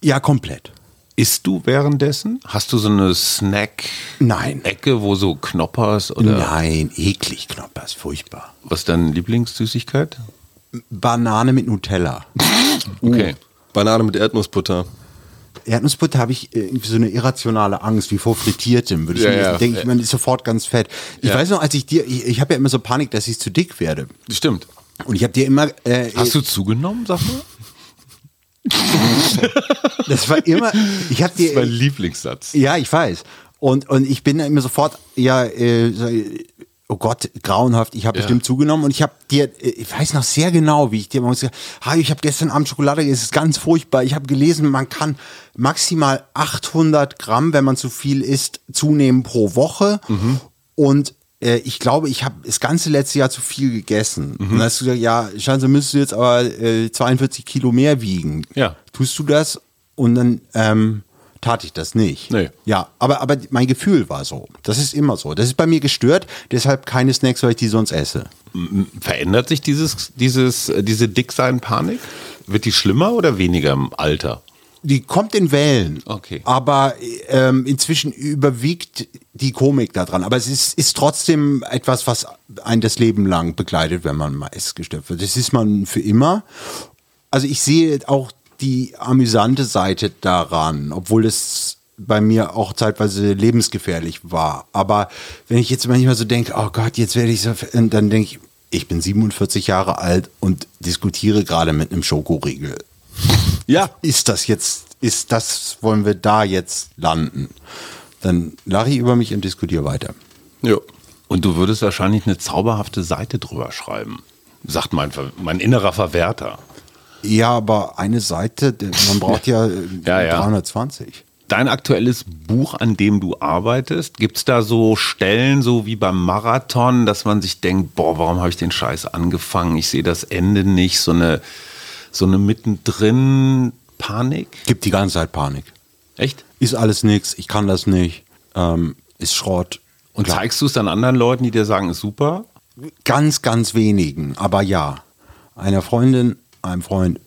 A: Ja, komplett.
B: Isst du währenddessen? Hast du so eine Snack-Ecke,
A: Nein.
B: wo so Knoppers oder
A: Nein, eklig, Knoppers, furchtbar.
B: was ist deine Lieblingssüßigkeit?
A: Banane mit Nutella.
B: Okay.
C: Banane mit Erdnussbutter.
A: Erdnussbutter habe ich äh, irgendwie so eine irrationale Angst, wie vor frittiertem, würde ich
B: Ja,
A: mir
B: ja.
A: denke ich, man ist sofort ganz fett. Ich weiß noch, als ich dir, ich, ich habe ja immer so Panik, dass ich zu dick werde.
B: Stimmt.
A: Und ich habe dir immer, äh,
B: Hast du zugenommen, sag mal?
A: das war immer, ich habe dir,
B: Lieblingssatz.
A: Ja, ich weiß. Und, und ich bin immer sofort, ja, äh, so, äh, oh Gott, grauenhaft, ich habe
B: Ja.
A: bestimmt zugenommen und ich habe dir, äh, ich weiß noch sehr genau, wie ich dir morgens gesagt habe, ich habe gestern Abend Schokolade gegessen, es ist ganz furchtbar. Ich habe gelesen, man kann maximal 800 Gramm, wenn man zu viel isst, zunehmen pro Woche.
B: Mhm.
A: Und äh, ich glaube, ich habe das ganze letzte Jahr zu viel gegessen.
B: Mhm.
A: Und dann hast du gesagt, ja, scheinbar müsstest du jetzt aber äh, 42 Kilo mehr wiegen.
B: Ja.
A: Tust du das? Und dann ähm, tat ich das nicht.
B: Nee.
A: Ja, aber, aber mein Gefühl war so. Das ist immer so. Das ist bei mir gestört, deshalb keine Snacks, weil ich die sonst esse.
B: Verändert sich dieses, dieses, äh, diese Dicksein-Panik? Wird die schlimmer oder weniger im Alter?
A: Die kommt in Wellen.
B: Okay.
A: Aber ähm, inzwischen überwiegt die Komik daran. Aber es ist, ist trotzdem etwas, was einen das Leben lang begleitet, wenn man mal essgestört wird. Das ist man für immer. Also ich sehe auch die amüsante Seite daran, obwohl es bei mir auch zeitweise lebensgefährlich war. Aber wenn ich jetzt manchmal so denke, oh Gott, jetzt werde ich so, fe- und dann denke ich, ich bin 47 Jahre alt und diskutiere gerade mit einem Schokoriegel
C: Ja.
A: ist das jetzt, ist das, wollen wir da jetzt landen? Dann lache ich über mich und diskutiere weiter.
C: Ja.
B: Und du würdest wahrscheinlich eine zauberhafte Seite drüber schreiben, sagt mein, Ver- mein innerer Verwerter.
A: Ja, aber eine Seite, der- man braucht ja, äh,
B: Ja, ja.
A: 320.
B: Dein aktuelles Buch, an dem du arbeitest, gibt es da so Stellen, so wie beim Marathon, dass man sich denkt, boah, warum habe ich den Scheiß angefangen? Ich sehe das Ende nicht, so eine, so eine mittendrin Panik?
A: Gibt die ganze Zeit Panik.
B: Echt?
A: Ist alles nix, ich kann das nicht, ähm, ist Schrott.
B: Und zeigst du es dann anderen Leuten, die dir sagen, ist super?
A: Ganz, ganz wenigen, aber ja. Einer Freundin, einem Freund,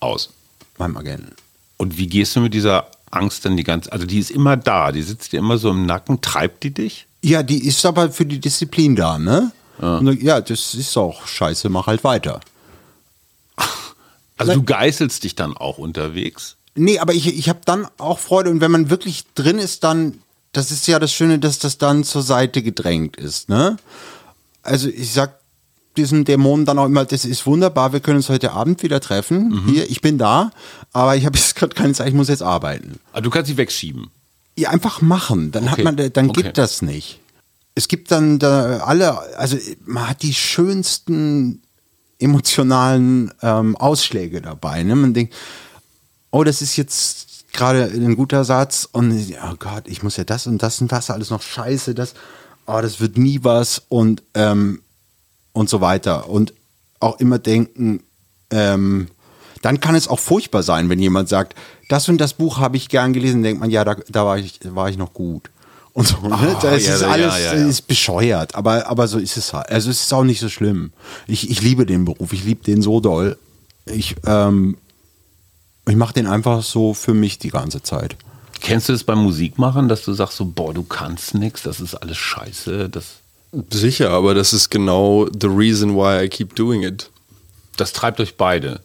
B: Aus.
A: meinem Agenten.
B: Und wie gehst du mit dieser Angst dann die ganze, also die ist immer da, die sitzt dir immer so im Nacken, treibt die dich?
A: Ja, die ist aber für die Disziplin da, ne? Und, ja, das ist auch scheiße, mach halt weiter.
B: Also du geißelst dich dann auch unterwegs?
A: Nee, aber ich, ich habe dann auch Freude und wenn man wirklich drin ist, dann, das ist ja das Schöne, dass das dann zur Seite gedrängt ist, ne? Also ich sag diesem Dämon dann auch immer, das ist wunderbar, wir können uns heute Abend wieder treffen. Hier, ich bin da, aber ich habe jetzt gerade keine Zeit, ich muss jetzt arbeiten.
B: Also du kannst sie wegschieben.
A: Ja, einfach machen, dann hat
B: Okay.
A: man, dann
B: Okay.
A: geht das nicht. Es gibt dann da alle, also man hat die schönsten emotionalen ähm, Ausschläge dabei. Ne? Man denkt, oh, das ist jetzt gerade ein guter Satz und oh Gott, ich muss ja das und das und das alles noch scheiße, das, oh, das wird nie was und, ähm, und so weiter. Und auch immer denken, ähm, dann kann es auch furchtbar sein, wenn jemand sagt, das und das Buch habe ich gern gelesen, denkt man, ja, da, da war, ich, war ich noch gut. Und so, ne? Das
B: Ah, ja,
A: ist
B: ja,
A: alles
B: ja, ja.
A: ist bescheuert, aber, aber so ist es halt. Also es ist auch nicht so schlimm. Ich, ich liebe den Beruf, ich liebe den so doll. Ich, ähm, ich mache den einfach so für mich die ganze Zeit.
B: Kennst du das beim Musikmachen, dass du sagst so, boah, du kannst nix, das ist alles scheiße, das,
C: Sicher, aber das ist genau the reason why I keep doing it.
B: das treibt euch beide.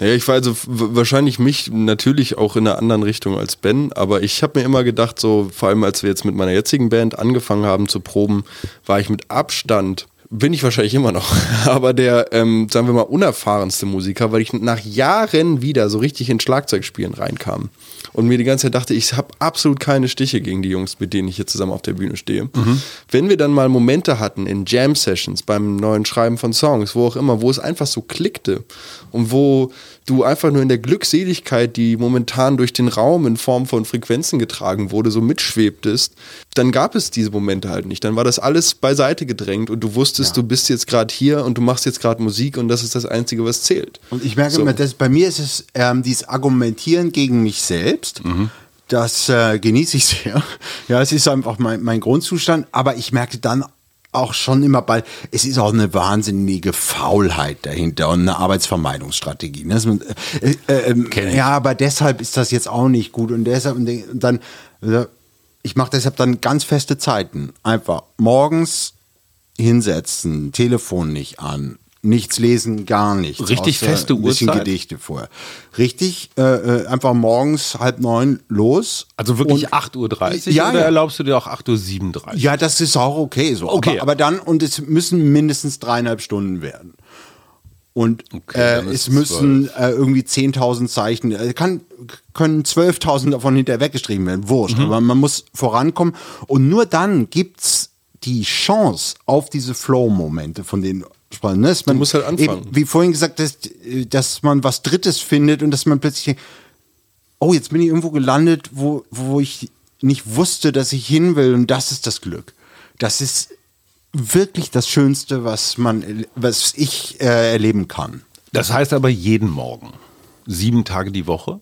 C: Naja, ich war also w- wahrscheinlich mich natürlich auch in einer anderen Richtung als Ben, aber ich habe mir immer gedacht, so vor allem als wir jetzt mit meiner jetzigen Band angefangen haben zu proben, war ich mit Abstand bin ich wahrscheinlich immer noch, aber der, ähm, sagen wir mal, unerfahrenste Musiker, weil ich nach Jahren wieder so richtig in Schlagzeugspielen reinkam und mir die ganze Zeit dachte, ich habe absolut keine Stiche gegen die Jungs, mit denen ich hier zusammen auf der Bühne stehe. Wenn wir dann mal Momente hatten in Jam-Sessions, beim neuen Schreiben von Songs, wo auch immer, wo es einfach so klickte und wo du einfach nur in der Glückseligkeit, die momentan durch den Raum in Form von Frequenzen getragen wurde, so mitschwebtest, dann gab es diese Momente halt nicht. Dann war das alles beiseite gedrängt und du wusstest, du bist jetzt gerade hier und du machst jetzt gerade Musik und das ist das Einzige, was zählt.
A: Und ich merke immer, dass bei mir ist es ähm, dieses Argumentieren gegen mich selbst. Das äh, genieße ich sehr. Ja, es ist einfach mein, mein Grundzustand. Aber ich merke dann auch schon immer bald, es ist auch eine wahnsinnige Faulheit dahinter und eine Arbeitsvermeidungsstrategie. Ne? Dass man, äh, äh, ähm, ja, aber deshalb ist das jetzt auch nicht gut. Und deshalb, und de- und dann, äh, ich mache deshalb dann ganz feste Zeiten. Einfach morgens hinsetzen, Telefon nicht an, nichts lesen, gar nichts.
B: Richtig feste
A: ein bisschen
B: Uhrzeit?
A: Gedichte vorher. Richtig, äh, äh, einfach morgens halb neun los.
B: Also
A: Und-
B: wirklich 8.30 Uhr
A: Ja,
B: oder
A: ja.
B: erlaubst du dir auch 8.37 Uhr?
A: ja, das ist auch okay so.
B: Okay.
A: Aber, aber dann, und es müssen mindestens dreieinhalb Stunden werden. Und
B: Okay, dann
A: äh,
B: ist
A: es
B: es
A: müssen äh, irgendwie 10.000 Zeichen, äh, kann, können 12.000 davon hinterher weggeschrieben werden. Wurscht.
C: Mhm.
A: Aber man muss vorankommen. Und nur dann gibt's die Chance auf diese Flow-Momente, von denen sprachen. Ne? Man
C: musst halt anfangen.
A: Eben, wie vorhin gesagt, dass, äh, dass man was Drittes findet und dass man plötzlich denkt, oh, jetzt bin ich irgendwo gelandet, wo, wo ich nicht wusste, dass ich hin will. Und das ist das Glück. Das ist wirklich das Schönste, was man, was ich äh, erleben kann.
B: Das heißt aber jeden Morgen. Sieben Tage die Woche?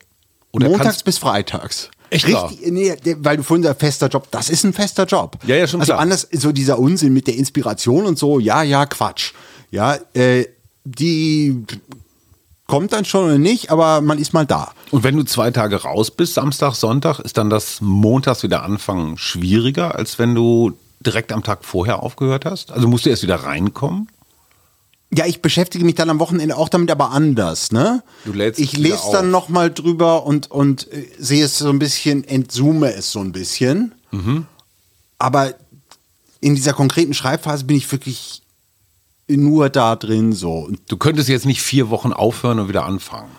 B: Oder
A: Montags
B: kannst-
A: bis freitags.
B: Echt wahr?
A: Richtig, nee, der- weil du vorhin sagst, fester Job, das ist ein fester Job.
B: Ja, ja, schon
A: Also
B: klar.
A: anders, so dieser Unsinn mit der Inspiration und so, ja, ja, Quatsch. Ja, äh, die kommt dann schon oder nicht, aber man ist mal da.
B: Und wenn du zwei Tage raus bist, Samstag, Sonntag, ist dann das Montags wieder anfangen schwieriger, als wenn du direkt am Tag vorher aufgehört hast? Also musst du erst wieder reinkommen?
A: Ja, ich beschäftige mich dann am Wochenende auch damit, aber anders, ne?
B: Du lädst
A: ich
B: es wieder
A: lese dann
B: auf.
A: nochmal drüber und, und äh, sehe es so ein bisschen, entzoome es so ein bisschen.
B: Mhm.
A: Aber in dieser konkreten Schreibphase bin ich wirklich nur da drin so. Und
B: Du könntest jetzt nicht vier Wochen aufhören und wieder anfangen.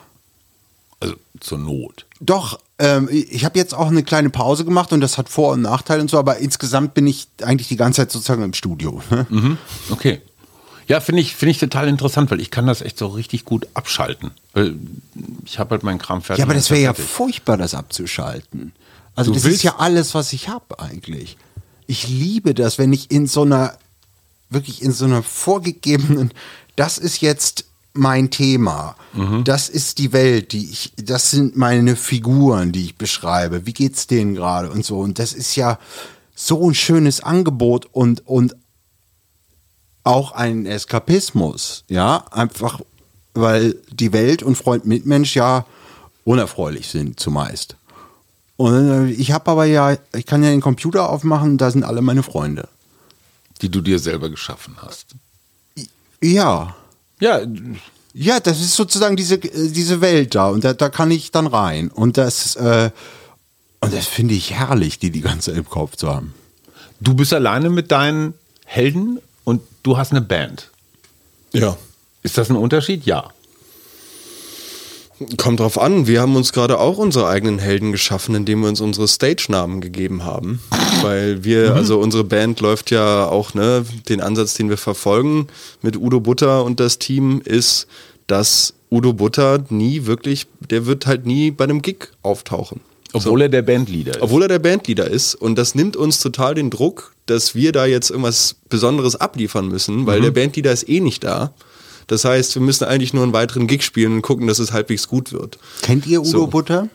B: Also zur Not.
A: Doch, ähm, ich habe jetzt auch eine kleine Pause gemacht und das hat Vor- und Nachteile und so, aber insgesamt bin ich eigentlich die ganze Zeit sozusagen im Studio. ne?
B: Okay. Ja, finde ich, finde ich total interessant, weil ich kann das echt so richtig gut abschalten. Weil ich habe halt meinen Kram fertig.
A: Ja, aber das wäre ja
B: Fertig.
A: furchtbar, das abzuschalten. Also
B: Du
A: das
B: willst-
A: ist ja alles, was ich habe eigentlich. Ich liebe das, wenn ich in so einer, wirklich in so einer vorgegebenen, das ist jetzt mein Thema,
B: Mhm.
A: das ist die Welt, die ich, das sind meine Figuren, die ich beschreibe, wie geht's denen gerade und so. Und das ist ja so ein schönes Angebot und, und auch einen Eskapismus, ja, einfach weil die Welt und Freund Mitmensch ja unerfreulich sind zumeist. Und äh, ich habe aber ja, ich kann ja den Computer aufmachen, da sind alle meine Freunde.
B: Die du dir selber geschaffen hast.
A: Ja,
B: Ja,
A: ja, das ist sozusagen diese, äh, diese Welt da und da, da kann ich dann rein und das äh, und das finde ich herrlich, die die ganze Zeit im Kopf zu haben.
B: du bist alleine mit deinen Helden und du hast eine Band.
C: Ja.
B: Ist das ein Unterschied? Ja.
C: Kommt drauf an, wir haben uns gerade auch unsere eigenen Helden geschaffen, indem wir uns unsere Stage-Namen gegeben haben. Weil wir, also unsere Band läuft ja auch, ne, den Ansatz, den wir verfolgen mit Udo Butter und das Team ist, dass Udo Butter nie wirklich, der wird halt nie bei einem Gig auftauchen.
B: Obwohl er der Bandleader ist.
C: Obwohl er der Bandleader ist und das nimmt uns total den Druck, dass wir da jetzt irgendwas Besonderes abliefern müssen, weil der Bandleader ist eh nicht da. Das heißt, wir müssen eigentlich nur einen weiteren Gig spielen und gucken, dass es halbwegs gut wird.
A: Kennt ihr Udo
C: So.
A: Butter?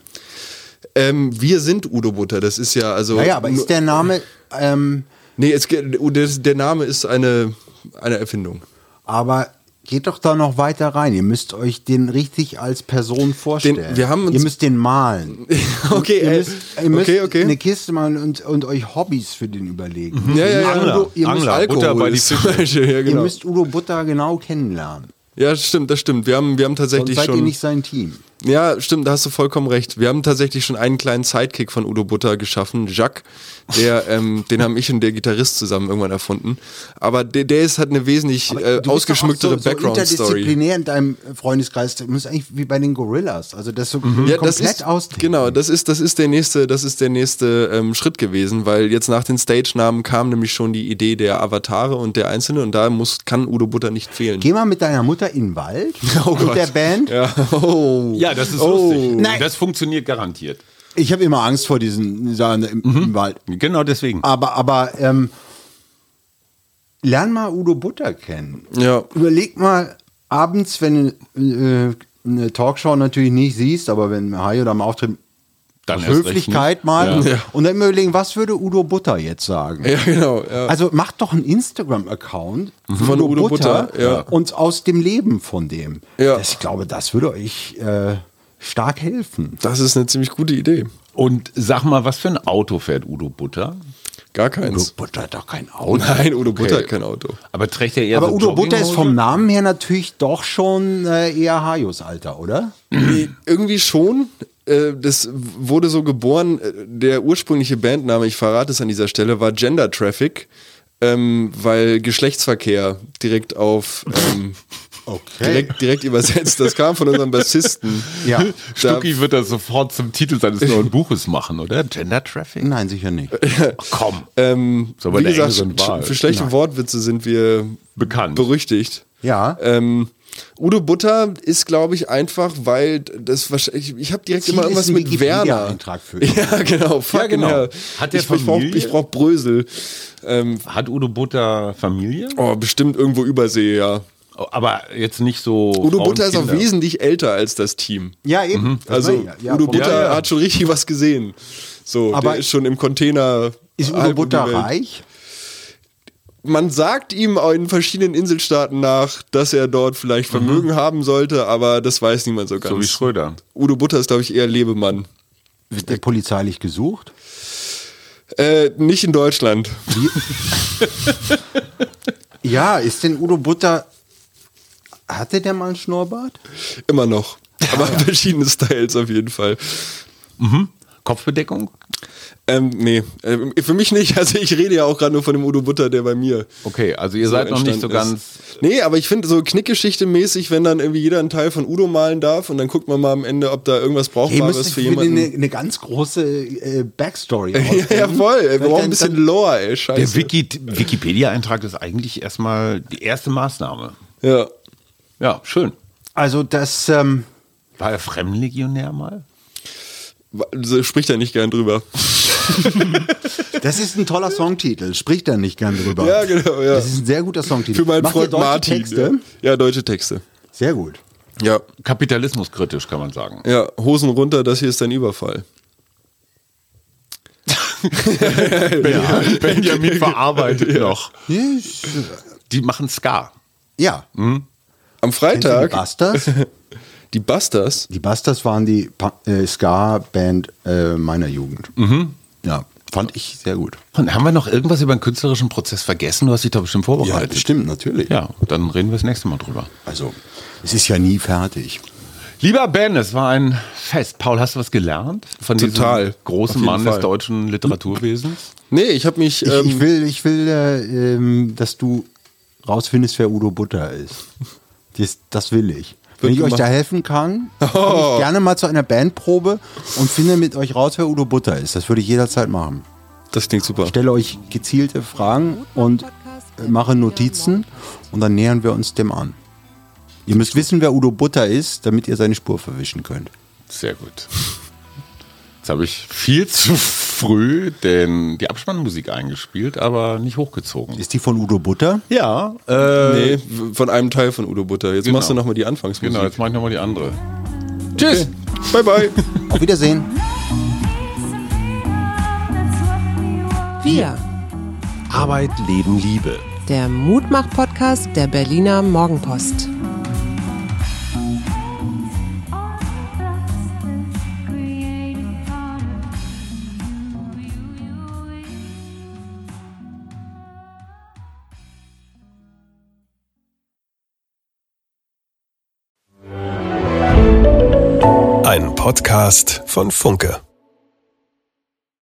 C: Ähm, wir sind Udo Butter, das ist ja also.
A: Ja, ja, aber ist der Name, ähm,
C: Nee, es, ge- das- der Name ist eine, eine Erfindung.
A: Aber geht doch da noch weiter rein. Ihr müsst euch den richtig als Person vorstellen.
C: wir haben uns-
A: ihr müsst den malen.
C: Okay,
A: ihr
C: äh,
A: müsst, ihr müsst
C: okay, okay.
A: eine Kiste malen und, und euch Hobbys für den überlegen.
C: Ja, ja, ja.
B: Angler,
C: Udo- ihr müsst
B: Angler,
C: Alkohol
B: Butter bei die
C: ist zum
B: Fische.
C: Beispiel, ja,
A: Ihr
C: genau.
A: müsst Udo Butter genau kennenlernen.
C: ja, stimmt, das stimmt. Wir haben, wir haben
A: Sonst
C: tatsächlich
A: seid ihr
C: schon.
A: nicht sein Team.
C: Ja, stimmt, da hast du vollkommen recht. Wir haben tatsächlich schon einen kleinen Sidekick von Udo Butter geschaffen, Jacques. Der, ähm, den haben ich und der Gitarrist zusammen irgendwann erfunden. Aber der, der ist hat eine wesentlich
A: Aber
C: äh,
A: du bist doch auch
C: ausgeschmücktere
A: so, so
C: Background-Story.
A: Interdisziplinär in deinem Freundeskreis. Du bist eigentlich wie bei den Gorillas. Also das so
C: Mhm. Ja, das
A: komplett
C: ist,
A: aus.
C: genau, das ist, das ist der nächste, das ist der nächste ähm, Schritt gewesen, weil jetzt nach den Stage-Namen kam nämlich schon die Idee der Avatare und der Einzelne und da muss, kann Udo Butter nicht fehlen.
A: Geh mal mit deiner Mutter in den Wald mit
C: Oh Gott.
A: der Band.
C: Ja, oh.
B: Ja, das ist lustig.
A: Nein.
B: Das funktioniert garantiert.
A: Ich habe immer Angst vor diesen Sachen im,
C: Mhm.
A: im Wald.
B: Genau deswegen.
A: Aber, aber ähm, lern mal Udo Butter kennen.
C: Ja.
A: Überleg mal abends, wenn du äh, eine Talkshow natürlich nicht siehst, aber wenn Hayo da mal auftritt,
B: Dann
A: aus
B: erst recht
A: Höflichkeit
B: nicht.
A: mal
C: Ja.
A: und dann überlegen, was würde Udo Butter jetzt sagen?
C: Ja, genau. Ja. Mhm.
A: Also mach doch einen Instagram-Account
C: Von Udo Butter, ja.
A: und aus dem Leben von dem.
C: Ja.
A: Das, ich glaube, das würde euch äh, stark helfen.
C: das ist eine ziemlich gute Idee.
B: Und sag mal, was für ein Auto fährt Udo Butter?
C: Gar
A: Udo
C: keins.
A: Butter hat doch kein Auto.
C: Nein, Udo Butter
B: Okay.
C: hat kein Auto.
B: Aber trägt er eher
A: Aber
C: Also
B: so
A: Udo Butter ist
B: Jogginghose?
A: vom Namen her natürlich doch schon äh, eher Hajos Alter, oder?
C: Nee, irgendwie schon. Äh, Das wurde so geboren. äh, Der ursprüngliche Bandname, ich verrate es an dieser Stelle, war Gender Traffic, ähm, weil Geschlechtsverkehr direkt auf ähm, direkt, direkt übersetzt. Das kam von unserem Bassisten.
A: Ja.
B: Stucki wird das sofort zum Titel seines neuen Buches machen, oder? Gender Traffic?
A: Nein, sicher nicht.
B: Ach, komm.
C: Ähm,
B: So, aber
C: wie
B: der
C: gesagt,
B: engeren Wahl.
C: sch- für schlechte
A: Nein.
C: Wortwitze sind wir
B: Bekannt.
C: berüchtigt.
A: Ja.
C: Ähm, Udo Butter ist, glaube ich, einfach, weil das wahrscheinlich. Ich habe direkt
A: Ziel
C: immer
A: ist
C: irgendwas
A: ein
C: mit Werner.
A: Wikipedia-Eintrag für ihn.
C: ja, genau. Fuck
B: genau.
C: Hell.
B: Hat der
C: ich, ich brauche
B: Familie?
C: ich brauch Brösel. Ähm,
B: Hat Udo Butter Familie?
C: oh, bestimmt irgendwo Übersee, ja.
B: Aber jetzt nicht so.
C: Udo
B: Frauen,
C: Butter ist auch
B: Kinder.
C: wesentlich älter als das Team.
A: Ja, eben. Das meine
C: Also
A: ich ja. Ja,
C: Udo
A: vom-
C: Butter
B: Ja, ja.
C: hat schon richtig was gesehen. So,
A: Aber
C: der ist schon im Container.
A: Ist Udo
C: halb um die
A: Butter
C: Welt.
A: reich?
C: man sagt ihm auch in verschiedenen Inselstaaten nach, dass er dort vielleicht Vermögen haben sollte, aber das weiß niemand so ganz.
B: Mhm. So wie Schröder.
C: Udo Butter ist, glaube ich, eher Lebemann.
A: Wird der polizeilich gesucht?
C: Äh, nicht in Deutschland.
A: Ja, ist denn Udo Butter. Hatte der mal einen Schnurrbart?
C: Immer noch. Aber verschiedene Styles auf jeden Fall.
B: Kopfbedeckung?
C: Ähm, nee, äh, für mich nicht. Also ich rede ja auch gerade nur von dem Udo Butter, der bei mir.
B: Okay, also ihr seid noch nicht so
C: entstanden
B: ganz.
C: ist. Nee, aber ich finde so Knickgeschichte mäßig, wenn dann irgendwie jeder einen Teil von Udo malen darf und dann guckt man mal am Ende, ob da irgendwas
A: Hey,
C: brauchbar ist
A: müsste
C: für
A: für eine,
C: jemanden.
A: eine ganz große äh, Backstory
C: Ja,
A: ausdenken.
C: jawohl, ey, wir
A: Dann-
C: brauchen ein
A: dann-
C: bisschen Lore, ey, scheiße.
A: Also-
B: Der Wiki Wikipedia-Eintrag ist eigentlich erstmal die erste Maßnahme.
C: ja.
B: Ja, schön.
A: Also, das. Ähm,
B: War er Fremdenlegionär mal?
C: Also Spricht er nicht gern drüber.
A: Das ist ein toller Songtitel, spricht da nicht gern drüber.
C: Ja, genau, ja.
A: Das ist ein sehr guter Songtitel.
C: Für meinen
A: Macht ihr
C: Freund
A: deutsche
C: Martin.
A: Texte?
C: Ja. ja, deutsche Texte.
A: Sehr gut.
C: Ja.
B: Kapitalismuskritisch, kann man sagen.
C: Ja, Hosen runter, das hier ist dein Überfall.
B: Benjamin, Benjamin verarbeitet noch.
A: Yes.
B: Die machen Ska.
A: Ja.
C: Am
A: Kennst du Die
C: Freitag,
A: Busters?
C: die Busters.
A: Die Busters waren die Pa- äh, Ska-Band äh, meiner Jugend.
C: Mhm.
A: Ja, fand ich sehr gut.
B: Und haben wir noch irgendwas über den künstlerischen Prozess vergessen? Du hast dich da bestimmt vorbereitet.
A: stimmt, natürlich.
B: Ja, dann reden wir das nächste Mal drüber.
A: Also, es ist ja nie fertig.
B: Lieber Ben, es war ein Fest. Paul, hast du was gelernt von
C: Total.
B: diesem
C: Auf
B: großen
C: jeden
B: Mann
C: Fall.
B: des deutschen Literaturwesens?
C: Nee, ich habe mich.
A: Ich,
C: ähm,
A: ich will, ich will äh, ähm, dass du rausfindest, wer Udo Butter ist. Das, das will ich. Wenn ich euch
C: gemacht.
A: da helfen kann, komme ich gerne mal zu einer Bandprobe und finde mit euch raus, wer Udo Butter ist. Das würde ich jederzeit machen.
C: das klingt super.
A: Ich stelle euch gezielte Fragen und äh, mache Notizen und dann nähern wir uns dem an. Ihr müsst wissen, wer Udo Butter ist, damit ihr seine Spur verwischen könnt.
B: Sehr gut. Jetzt habe ich viel zu früh den, die Abspannmusik eingespielt, aber nicht hochgezogen.
A: Ist die von Udo Butter?
B: Ja, äh,
C: Nee, w- von einem Teil von Udo Butter. Jetzt
B: Genau.
C: machst du nochmal die Anfangsmusik.
B: genau, jetzt mache ich nochmal die andere. Tschüss!
A: Genau.
C: Bye, bye.
A: Auf Wiedersehen.
D: Wir,
E: Arbeit, Leben, Liebe.
D: der Mutmach-Podcast der Berliner Morgenpost.
C: Ein Podcast von Funke.